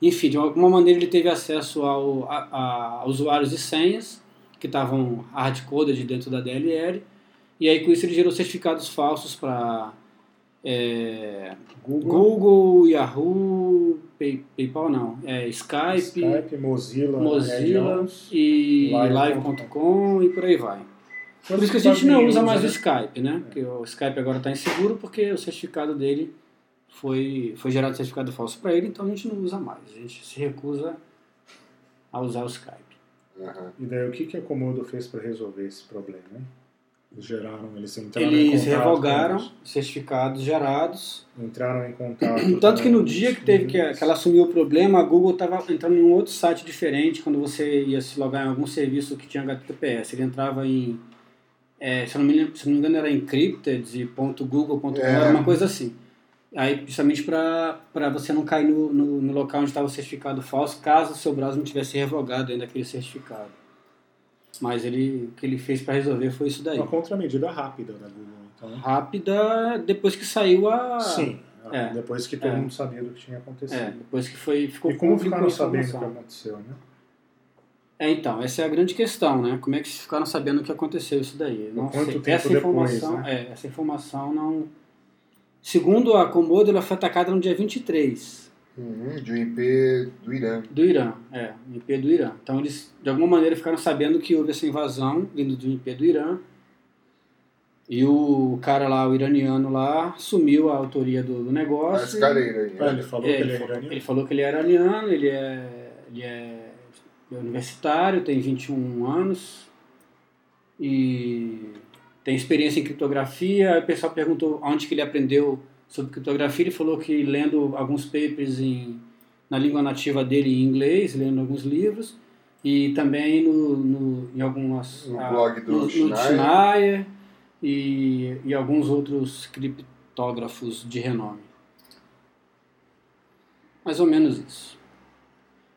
enfim, de alguma maneira ele teve acesso ao, a, a usuários e senhas que estavam hardcoded dentro da DLL, e aí com isso ele gerou certificados falsos é, para.
Google,
Google, Yahoo, Pay- PayPal não, é Skype,
Skype, Mozilla,
Mozilla
Red Hat.
e
Live.com.
Live.com e por aí vai. Por isso que a gente não usa mais o Skype, né? Porque o Skype agora está inseguro porque o certificado dele foi, foi gerado certificado falso para ele, então a gente não usa mais. A gente se recusa a usar o Skype.
Uhum.
E daí o que, que a Comodo fez para resolver esse problema? hein? Eles geraram, eles entraram em contato.
Eles
com
revogaram
eles.
os certificados gerados
Entraram em contato.
Tanto que no
com
dia
os
que teve que,
clientes.
que ela assumiu o problema, a Google estava entrando em um outro site diferente quando você ia se logar em algum serviço que tinha HTTPS. Ele entrava em, eh, se, eu não me lembro, se eu não me engano, era encrypted.google.com,
É.
era uma coisa assim. Aí, justamente para você não cair no, no, no local onde estava o certificado falso, caso o seu browser não tivesse revogado ainda aquele certificado. Mas ele, o que ele fez para resolver foi isso daí.
Uma contramedida rápida da Google, então.
Rápida, depois que saiu a.
Sim.
É.
Depois que todo
É.
mundo sabia do que tinha
É,
acontecido.
depois que foi, ficou
E como
público a
ficaram sabendo o que
informação.
aconteceu, né?
É, então, essa é a grande questão, né? Como é que vocês ficaram sabendo o que aconteceu isso daí? Eu Não
Quanto
sei.
tempo
essa
depois, né?
informação, é, essa informação não. Segundo a Komodo, ela foi atacada no dia 23
Uhum, de um IP do Irã.
do Irã, é, no IP do Irã. Então eles, de alguma maneira, ficaram sabendo que houve essa invasão vindo do IP do Irã. E o cara lá, o iraniano lá, sumiu a autoria do, do negócio.
Mas cara é iraniano.
Ah, ele falou
É,
que
ele,
ele é
falou,
iraniano.
ele falou que ele era iraniano, ele é, ele é universitário, tem 21 anos e tem experiência em criptografia. Aí o pessoal perguntou onde que ele aprendeu sobre criptografia. Ele falou que lendo alguns papers em, na língua nativa dele em inglês, lendo alguns livros e também no, no- em algumas
No
ah,
blog do
no, no
Schneier.
Schneier e, e alguns outros criptógrafos de renome. Mais ou menos isso.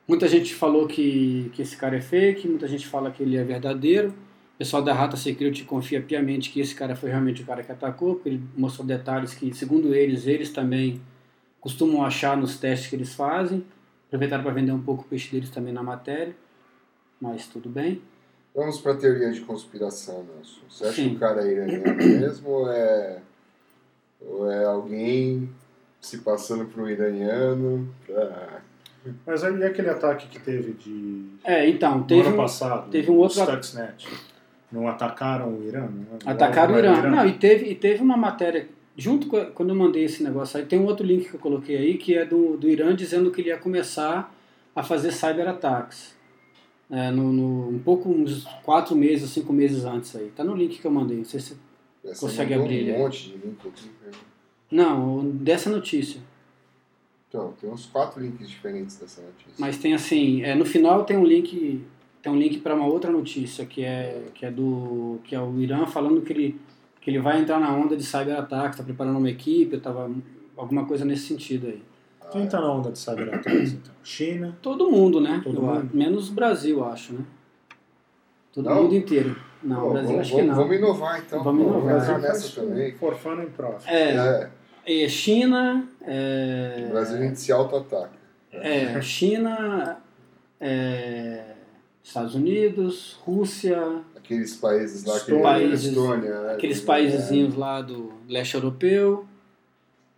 Muita gente falou que, que esse cara é fake, muita gente fala que ele é verdadeiro. O pessoal da Rata Security confia piamente que esse cara foi realmente o cara que atacou, porque ele mostrou detalhes que, segundo eles, eles também costumam achar nos testes que eles fazem. Aproveitaram para vender um pouco o peixe deles também na matéria, mas tudo bem.
Vamos pra teoria de conspiração, Nelson. Você acha
Sim.
que o cara é iraniano mesmo ou é, ou é alguém se passando por um iraniano? pra-
Mas aí é aquele ataque que teve de
É, então,
no
teve
ano
um-
passado,
teve um outro-
Stuxnet. Não atacaram o Irã? Não,
Atacaram o
não era
Irã. Não, e teve, e teve uma matéria, junto com a- quando eu mandei esse negócio aí, tem um outro link que eu coloquei aí, que é do, do Irã dizendo que ele ia começar a fazer cyberataques. É, no, no- um pouco, uns quatro meses, cinco meses antes aí. Tá no link que eu mandei. Não, sei se,
Essa
Consegue
mandou
abrir,
um
né?
monte de link aqui. né?
não dessa notícia.
Então, tem uns quatro links diferentes dessa notícia.
Mas tem assim, é, no final tem um link, tem um link para uma outra notícia que é que é do que é o Irã falando que ele que ele vai entrar na onda de cyberataque, está preparando uma equipe, eu tava alguma coisa nesse sentido aí.
Quem tá na onda de cyberataques, então? China.
Todo mundo, né?
Todo
Eu
mundo.
acho. Menos o Brasil, eu acho, né? Todo
Não?
mundo inteiro. Não,
Pô,
o Brasil
vamos,
acho que não.
vamos inovar então.
Vamos
pô,
inovar.
entrar
Brasil
nessa
faz
também.
For fun and profit.
É,
É,
é China, é,
o Brasil a gente se auto-ataca.
é, China, é, Estados Unidos, Rússia,
Aqueles países lá que
Estônia.
Países, Estônia, né?
aqueles
É,
paísezinhos lá do leste europeu.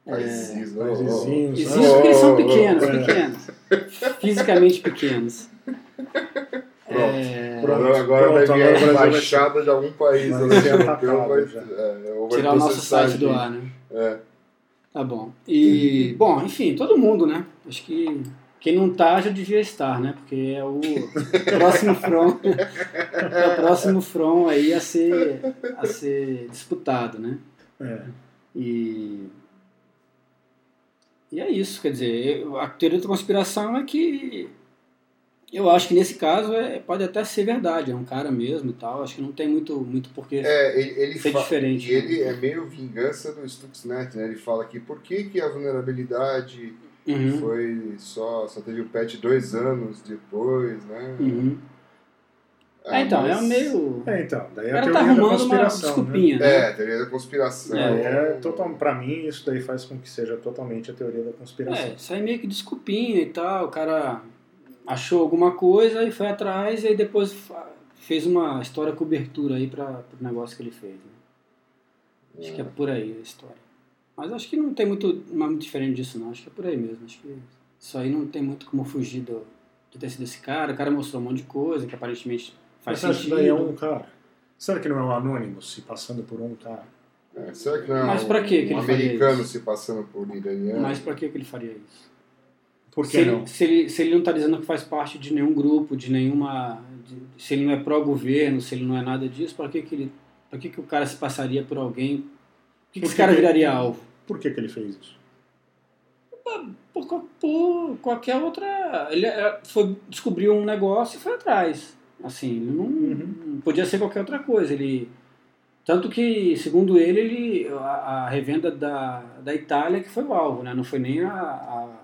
Países, oh, oh.
Paizinhos,
Existe
É, né?
porque eles são
Oh, oh, oh.
pequenos,
É.
pequenos. Fisicamente pequenos.
Pronto.
É,
Pronto,
agora agora
pronto,
vai vir
agora o
a
Brasil vai-
embaixada de algum país
Vai
né,
ser
europeu,
atacado
vai,
já.
é, ou vai
tirar o nosso
processar
site do
a
ar, né?
É.
Tá bom. E, bom, enfim, todo mundo, né? Acho que quem não tá já devia estar, né? Porque é o próximo front, é o próximo front aí a ser, a ser disputado, né?
É.
E, e é isso, quer dizer, eu- a teoria da conspiração é que eu acho que nesse caso é, pode até ser verdade, é um cara mesmo e tal, acho que não tem muito, muito porquê
É, ele, ele
ser
fa-
diferente. né?
E ele é meio vingança do Stuxnet, né? Ele fala aqui, por que, que a vulnerabilidade
Uhum,
foi só, só teve o patch dois anos depois, né?
uhum.
Ah,
É, então, é
mas-
meio...
É, então, daí a
Ela
teoria
tá
da
arrumando uma
conspiração,
desculpinha, né?
É, teoria da conspiração.
Né? É, total, pra mim, isso daí faz com que seja totalmente a teoria da conspiração.
É, isso aí meio que desculpinha e tal. O cara achou alguma coisa e foi atrás e aí depois fa- fez uma história cobertura aí para o negócio que ele fez. né? Acho que é por aí a história. Mas acho que não tem muito, não é muito diferente disso não. Acho que é por aí mesmo. Acho que isso aí não tem muito como fugir do, de ter sido esse cara. O cara mostrou um monte de coisa que aparentemente faz
Mas acho que
sentido.
daí é um cara. Será que não é um anônimo se passando por um cara?
É, será que não é
Mas
um-
pra que que
um
ele faria
americano
isso?
se passando por iraniano?
Mas para que que ele faria isso?
Por
se
que não?
Ele, se, ele, se ele não está dizendo que faz parte de nenhum grupo, de nenhuma. de- se ele não é pró-governo, se ele não é nada disso, para que, que, ele, pra que, que o cara se passaria por alguém? Por que, que
Por
esse
que
cara
que-
viraria alvo?
Por que, que ele fez isso?
Por, qual- por qualquer outra. Ele é, foi, descobriu um negócio e foi atrás. Assim, ele não.
Uhum.
Podia ser qualquer outra coisa. Ele. Tanto que, segundo ele, ele a, a revenda da, da Itália que foi o alvo, né? Não foi nem a, a-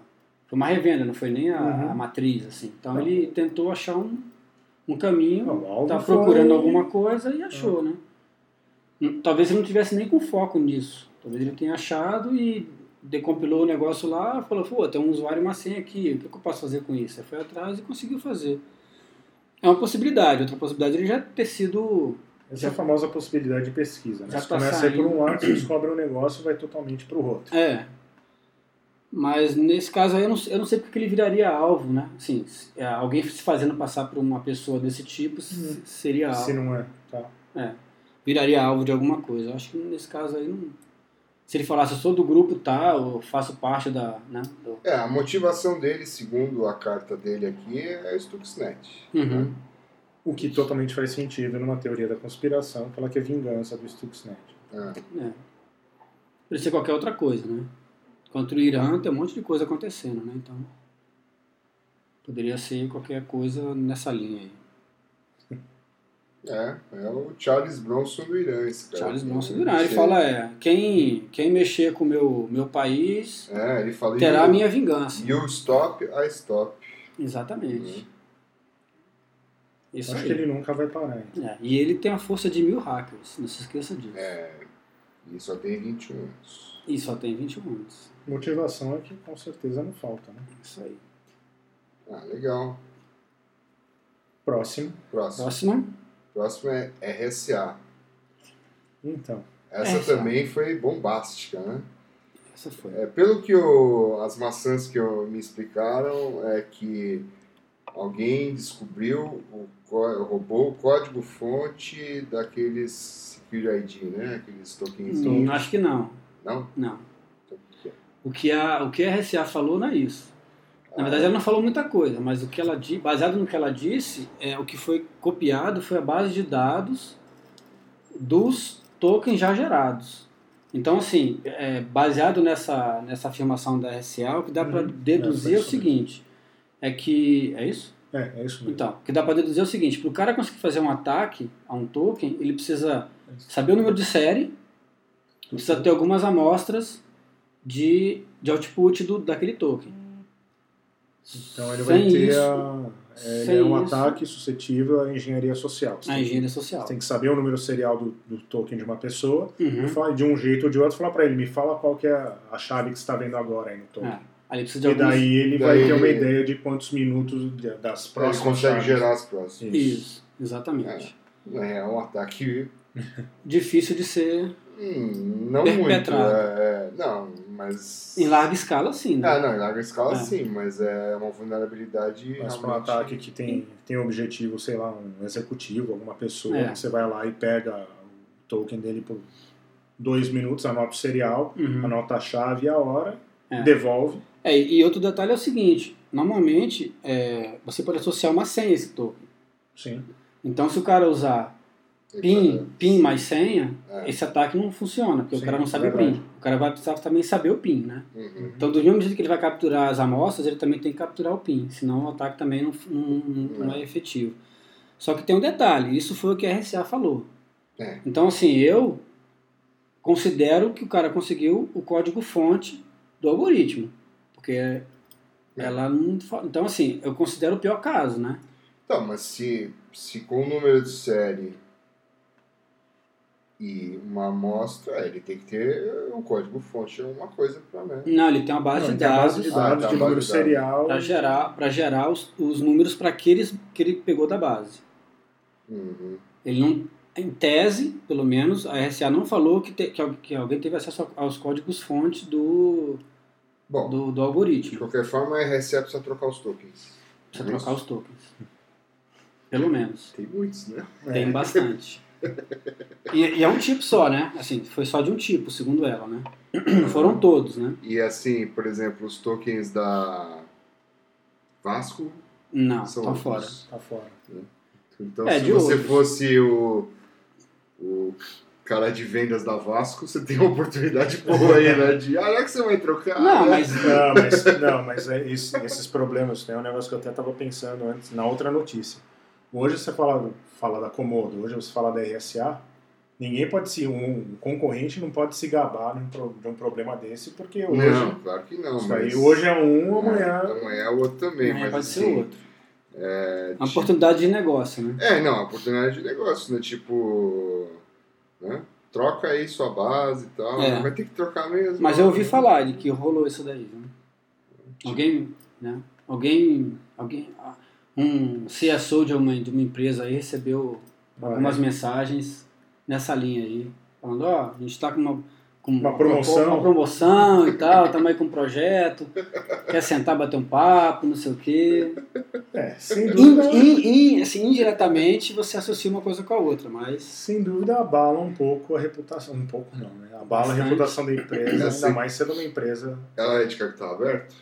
foi uma revenda, não foi nem a,
Uhum.
a matriz, assim. Então
Tá.
ele tentou achar um, um caminho,
Não, algo
tá
foi-
procurando alguma coisa e achou, né? Hum, Talvez ele não tivesse nem com foco nisso. Talvez ele tenha achado e decompilou o negócio lá, falou, pô, tem um usuário e uma senha aqui, o que que eu posso fazer com isso? Aí foi atrás e conseguiu fazer. É uma possibilidade. Outra possibilidade é ele já ter sido.
Essa é a famosa possibilidade de pesquisa. Né?
Já
Você
tá
começa aí por um lado, você descobre um negócio e vai totalmente pro outro.
É. Mas nesse caso aí eu não, eu não sei porque ele viraria alvo, né? Assim, se- é, alguém se fazendo passar por uma pessoa desse tipo se- seria alvo.
Se não é, tá?
viraria alvo de alguma coisa. Eu acho que nesse caso aí não. Se ele falasse, eu sou do grupo tal, eu faço parte da. Né, do-
É, a motivação dele, segundo a carta dele aqui, é Stuxnet. né?
Uhum.
O que totalmente faz sentido numa teoria da conspiração, falar que é vingança do Stuxnet.
É. Podia ser qualquer outra coisa, né? Contra o Irã tem um monte de coisa acontecendo, né? Então. Poderia ser qualquer coisa nessa linha aí.
É, é o Charles Bronson do Irã, esse cara.
Charles Bronson
Ele
Irã. Ele
chega-
fala, é, quem, quem mexer com o meu, meu país
É, ele fala.
terá a
"You-
minha vingança.
You stop, I stop. Uhum.
Exatamente. Isso
Acho
aí.
que ele nunca vai parar. hein?
É, e ele tem a força de mil hackers, não se esqueça disso.
É, e só tem 21 anos.
E só tem 21 anos.
Motivação é que com certeza não falta. Né?
Isso aí.
Ah, legal.
Próximo.
Próximo.
Próxima.
Próximo é RSA.
Então,
Essa
RSA.
também foi bombástica, né?
Essa foi.
É, pelo que eu- as maçãs que eu- me explicaram, é que alguém descobriu, o, có- roubou o código-fonte daqueles Secure ID, né? Aqueles
Hum,
tokenzinhos.
acho que não.
Não?
Não. O que a, o que a RSA falou não é isso. Na verdade, ela não falou muita coisa, mas o que ela di- baseado no que ela disse, é, o que foi copiado foi a base de dados dos tokens já gerados. Então, assim, é, baseado nessa, nessa afirmação da RSA, o que dá para
Uhum.
deduzir é,
É, foi
o
isso mesmo.
seguinte: é que. É isso?
é, é isso mesmo.
Então, o que dá para deduzir é o seguinte: para o cara conseguir fazer um ataque a um token, ele precisa saber o número de série, Então, precisa ter algumas amostras de, de output do, daquele token.
Então ele
Sem
vai ter
isso,
a, ele
sem
é um
isso.
ataque suscetível à engenharia social. Você
a
tem que-
engenharia social.
você tem que saber o número serial do, do token de uma pessoa e
Uhum.
falar de um jeito ou de outro, falar pra ele, me fala qual que é a chave que você está vendo agora aí no token.
É. Aí ele precisa de
E
algumas...
daí ele
Daí-
vai ter uma ideia de quantos minutos de- das
Ele
próximas
consegue
chaves.
gerar as próximas.
Isso, exatamente.
É um ataque
Difícil de ser
hum, não muito.
Perpetrado.
é, é, não, mas.
em larga escala, sim. Né?
Ah, não, em larga escala
É.
sim, mas é uma vulnerabilidade.
Mas para um
realmente-
ataque que tem, tem objetivo, sei lá, um executivo, alguma pessoa,
É.
que você vai lá e pega o token dele por dois minutos, anota o serial,
Uhum.
anota a chave e a hora,
É.
devolve.
É, e outro detalhe é o seguinte: normalmente é, você pode associar uma senha a esse token.
Sim.
Então, se o cara usar PIN, PIN mais senha,
É.
esse ataque não funciona, porque
Sim,
o cara não sabe o
verdade.
PIN. O cara vai precisar também saber o PIN, né?
Uhum.
Então, do mesmo jeito que ele vai capturar as amostras, ele também tem que capturar o PIN, senão o ataque também não, não, não é efetivo. Só que tem um detalhe, isso foi o que a RSA falou.
É.
Então, assim, eu considero que o cara conseguiu o código-fonte do algoritmo,
É.
porque ela não... fa- Então, assim, eu considero o pior caso, né?
Tá, mas se, se com o número de série e uma amostra, é, ele tem que ter um código fonte, alguma coisa para né?
Não, ele tem uma
Não,
base de
Então, tem a base
dados
de
Ah,
dados
tá,
de
a base
número
de dados.
serial.
para gerar, pra gerar os, os números para aqueles que ele pegou da base.
Uhum.
Ele não, em tese, pelo menos, a RSA não falou que, te- que, al- que alguém teve acesso ao- aos códigos-fontes do,
Bom,
do, do
de
algoritmo
qualquer forma, a RSA precisa trocar os tokens.
para
Não é
trocar
isso?
os tokens. Pelo menos.
Tem muitos, né?
Tem bastante. E, e é um tipo só, né? Assim, foi só de um tipo, segundo ela, né? Foram todos, né?
E assim, por exemplo, os tokens da Vasco
Não,
são
estão fora.
outros.
Tá fora.
Então,
É,
se
de
você
outros.
fosse o, o cara de vendas da Vasco, você tem uma oportunidade boa aí, né? De, ah, é que você vai trocar.
Não,
né?
mas
Não, mas, não, mas é esse- esses problemas, né? É um negócio que eu até estava pensando antes, na outra notícia. Hoje você fala, fala da Comodo, hoje você fala da RSA, ninguém pode se. Um, concorrente não pode se gabar num pro- de um problema desse, porque hoje.
Não, claro que não.
isso
mas...
aí, hoje é um,
É,
amanhã.
amanhã é o outro também,
amanhã
mas
pode
assim... tipo,
ser outro. É Uma oportunidade de negócio, né?
É, não, oportunidade de negócio, né? Tipo... né? Troca aí sua base e tal.
É.
Vai ter que trocar mesmo.
Mas eu ouvi
né?
falar de que rolou isso daí, viu? Alguém, né? Alguém, alguém, a- um CSO de uma, de uma empresa aí recebeu
Ah,
algumas
é.
mensagens nessa linha aí, falando, ó, a gente tá com uma, com
Uma promoção.
uma promoção e tal, estamos aí com um projeto, quer sentar, bater um papo, não sei o quê.
É, sem
In,
dúvida,
in- in- assim, indiretamente você associa uma coisa com a outra, mas
sem dúvida abala um pouco a reputação. Um pouco não, né? Abala
Bastante.
a reputação da empresa,
Assim.
ainda mais sendo uma empresa.
Ela é de capital aberto?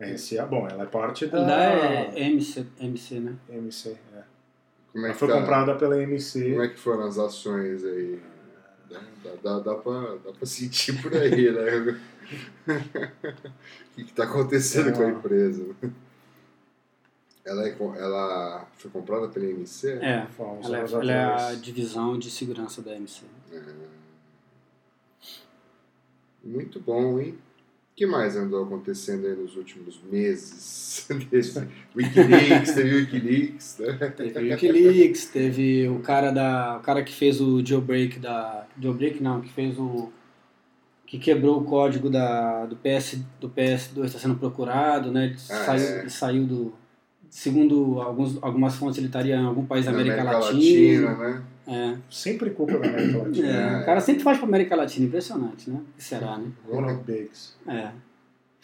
MC é bom, ela é parte da,
ainda é MC, MC, né?
MC. é.
Como é
Ela
que
foi
tá?
comprada pela
Como
MC.
é que foram as ações aí? Dá, dá, dá, pra, dá pra sentir por aí, né? O que, que tá acontecendo com a empresa? Ela, é, co- ela foi comprada pela MC?
É,
Foi há uns
ela é,
anos
ela é a
atrás.
divisão de segurança da MC.
Muito bom, hein? O que mais andou acontecendo aí nos últimos meses? Desse Wikileaks, teve Wikileaks, né?
Teve o Wikileaks, teve o cara da. O cara que fez o jailbreak da. Jailbreak não, que fez o. que quebrou o código da, do, PS, do PS2 está tá sendo procurado, né? Ele,
Ah,
saiu,
é.
ele saiu do. Segundo alguns, algumas fontes, ele estaria em algum país da
Na
América, Latina.
né?
É.
Sempre culpa da né? América Latina.
É, O cara sempre faz pra América Latina, impressionante, né? O que será, né?
Ronald Biggs.
É.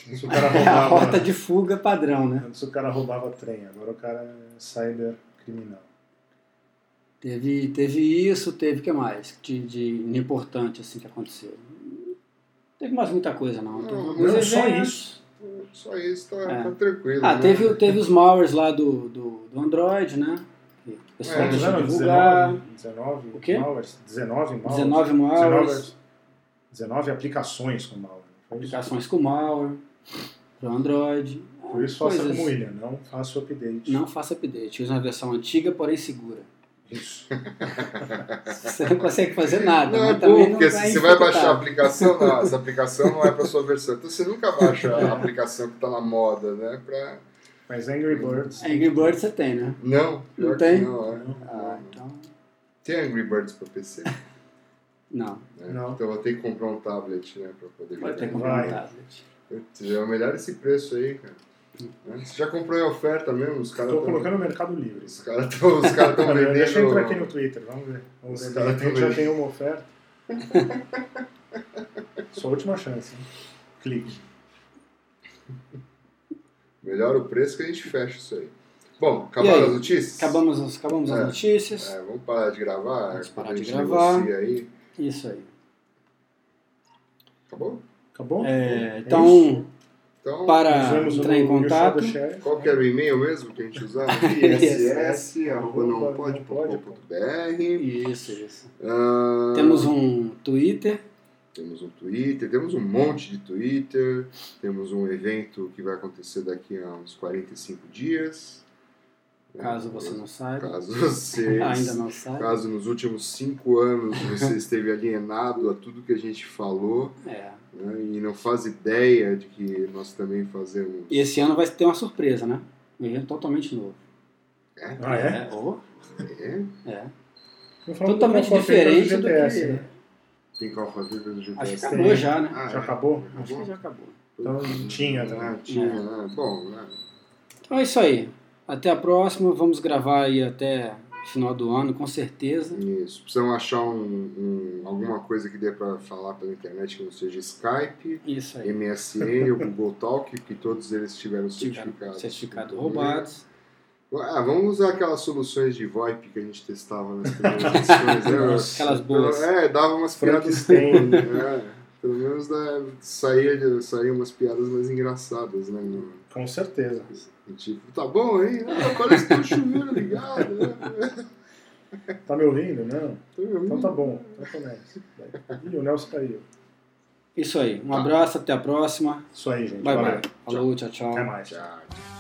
Antes o cara
É a rota
roubava,
de fuga padrão, né?
antes o cara roubava trem, agora o cara é cybercriminal.
Teve, teve isso, teve o que mais de, de importante assim que aconteceu. Não Teve mais muita coisa não. Teve
Não,
alguns
não, só
eventos.
isso.
Só isso, tá,
É.
tá tranquilo.
Ah,
né?
teve, teve os malwares lá do, do, do Android, né? Que o pessoal
É,
Quantos
deixou
anos?
divulgar.
19? 19
O quê?
né? malwares? 19 malwares?
19 malwares.
19, 19 aplicações com malware. Foi isso?
Aplicações com malware para Android.
Por isso faça como William, não faça o update.
Não faça update. Use uma versão antiga, porém segura.
Isso.
Você não consegue fazer nada.
Não, é
mas também
bom, porque
não tá
se você vai
infectar.
baixar a aplicação, não, essa aplicação não é para sua versão. Então você nunca baixa a aplicação que está na moda, né? Pra...
Mas Angry Birds.
Angry Birds você tem, né?
Não, pior
Não
que
tem?
não, né?
Ah, então.
Tem Angry Birds para PC. né?
Não.
Não.
Então eu vou ter que comprar um tablet, né? Para poder
Vai ter que
jogar.
comprar
Vai.
um tablet.
Putz, É o melhor esse preço aí, cara. Né? Você já comprou em oferta mesmo? Os caras
Estou
estão
colocando no Mercado Livre.
os cara tão- os cara tão vendendo.
Deixa eu entrar aqui no Twitter, vamos ver. Vamos
Os
ver. De
caras
repente
tão
já
vendo.
tem uma oferta. Sua última chance. hein? Clique.
Melhora o preço que a gente fecha isso aí. Bom, acabaram
aí?
as notícias?
Acabamos, as- acabamos
É.
as notícias.
É, vamos parar de gravar?
Vamos parar
a gente
de gravar.
negocia aí.
Isso aí.
Acabou?
Acabou?
É,
É
então,
Então,
para
Usamos o
entrar em
do- e o show
contato,
do chefe.
Qual que era o e-mail mesmo que a gente usava? iss.com.br
isso, isso.
Ah,
Temos um Twitter,
temos um Twitter, temos um monte de Twitter, temos um evento que vai acontecer daqui a uns 45 dias.
caso você não saiba,
Caso vocês...
ainda não saiba.
Caso nos últimos cinco anos você esteve alienado a tudo que a gente falou
É.
né, e não faz ideia de que nós também fazemos.
E esse ano vai ter uma surpresa, né? Um evento totalmente novo.
Ah, é?
ô,
É?
é.
Não falamos
Totalmente
do Alphaville
diferente do
GTS,
que...
né?
Tem Calfa Viva do
Acho que
GPS.
acabou
Tem.
já, né?
Ah,
Já
é.
acabou?
Acho que já acabou.
Então tinha
Ah,
também.
tinha, né? Bom, né?
Então é isso aí. Até a próxima. Vamos gravar aí até final do ano, com certeza.
Isso. Precisam achar um, um- alguma coisa que dê para falar pela internet que não seja Skype,
Isso aí.
MSN ou Google Talk, que todos eles tiveram
Tiveram
certificado.
certificado roubados.
Ah, vamos usar aquelas soluções de VoIP que a gente testava nas primeiras edições. né?
Nossa,
aquelas boas.
É, dava umas piadas.
Frankenstein.
É, pelo menos né, saía, de- saía umas piadas mais engraçadas, né? no-
Com certeza.
no tipo, tá bom, hein? Ah, parece que tem um chuveiro ligado, né?
Tá me ouvindo? Não?
Tô me ouvindo.
Então tá bom. Então começa. Ih, o Nelson caiu.
Isso aí. Um
Tá.
abraço, até a próxima.
Isso aí, gente.
Bye,
Valeu.
bye. Falou, tchau, tchau.
Até mais.
Tchau.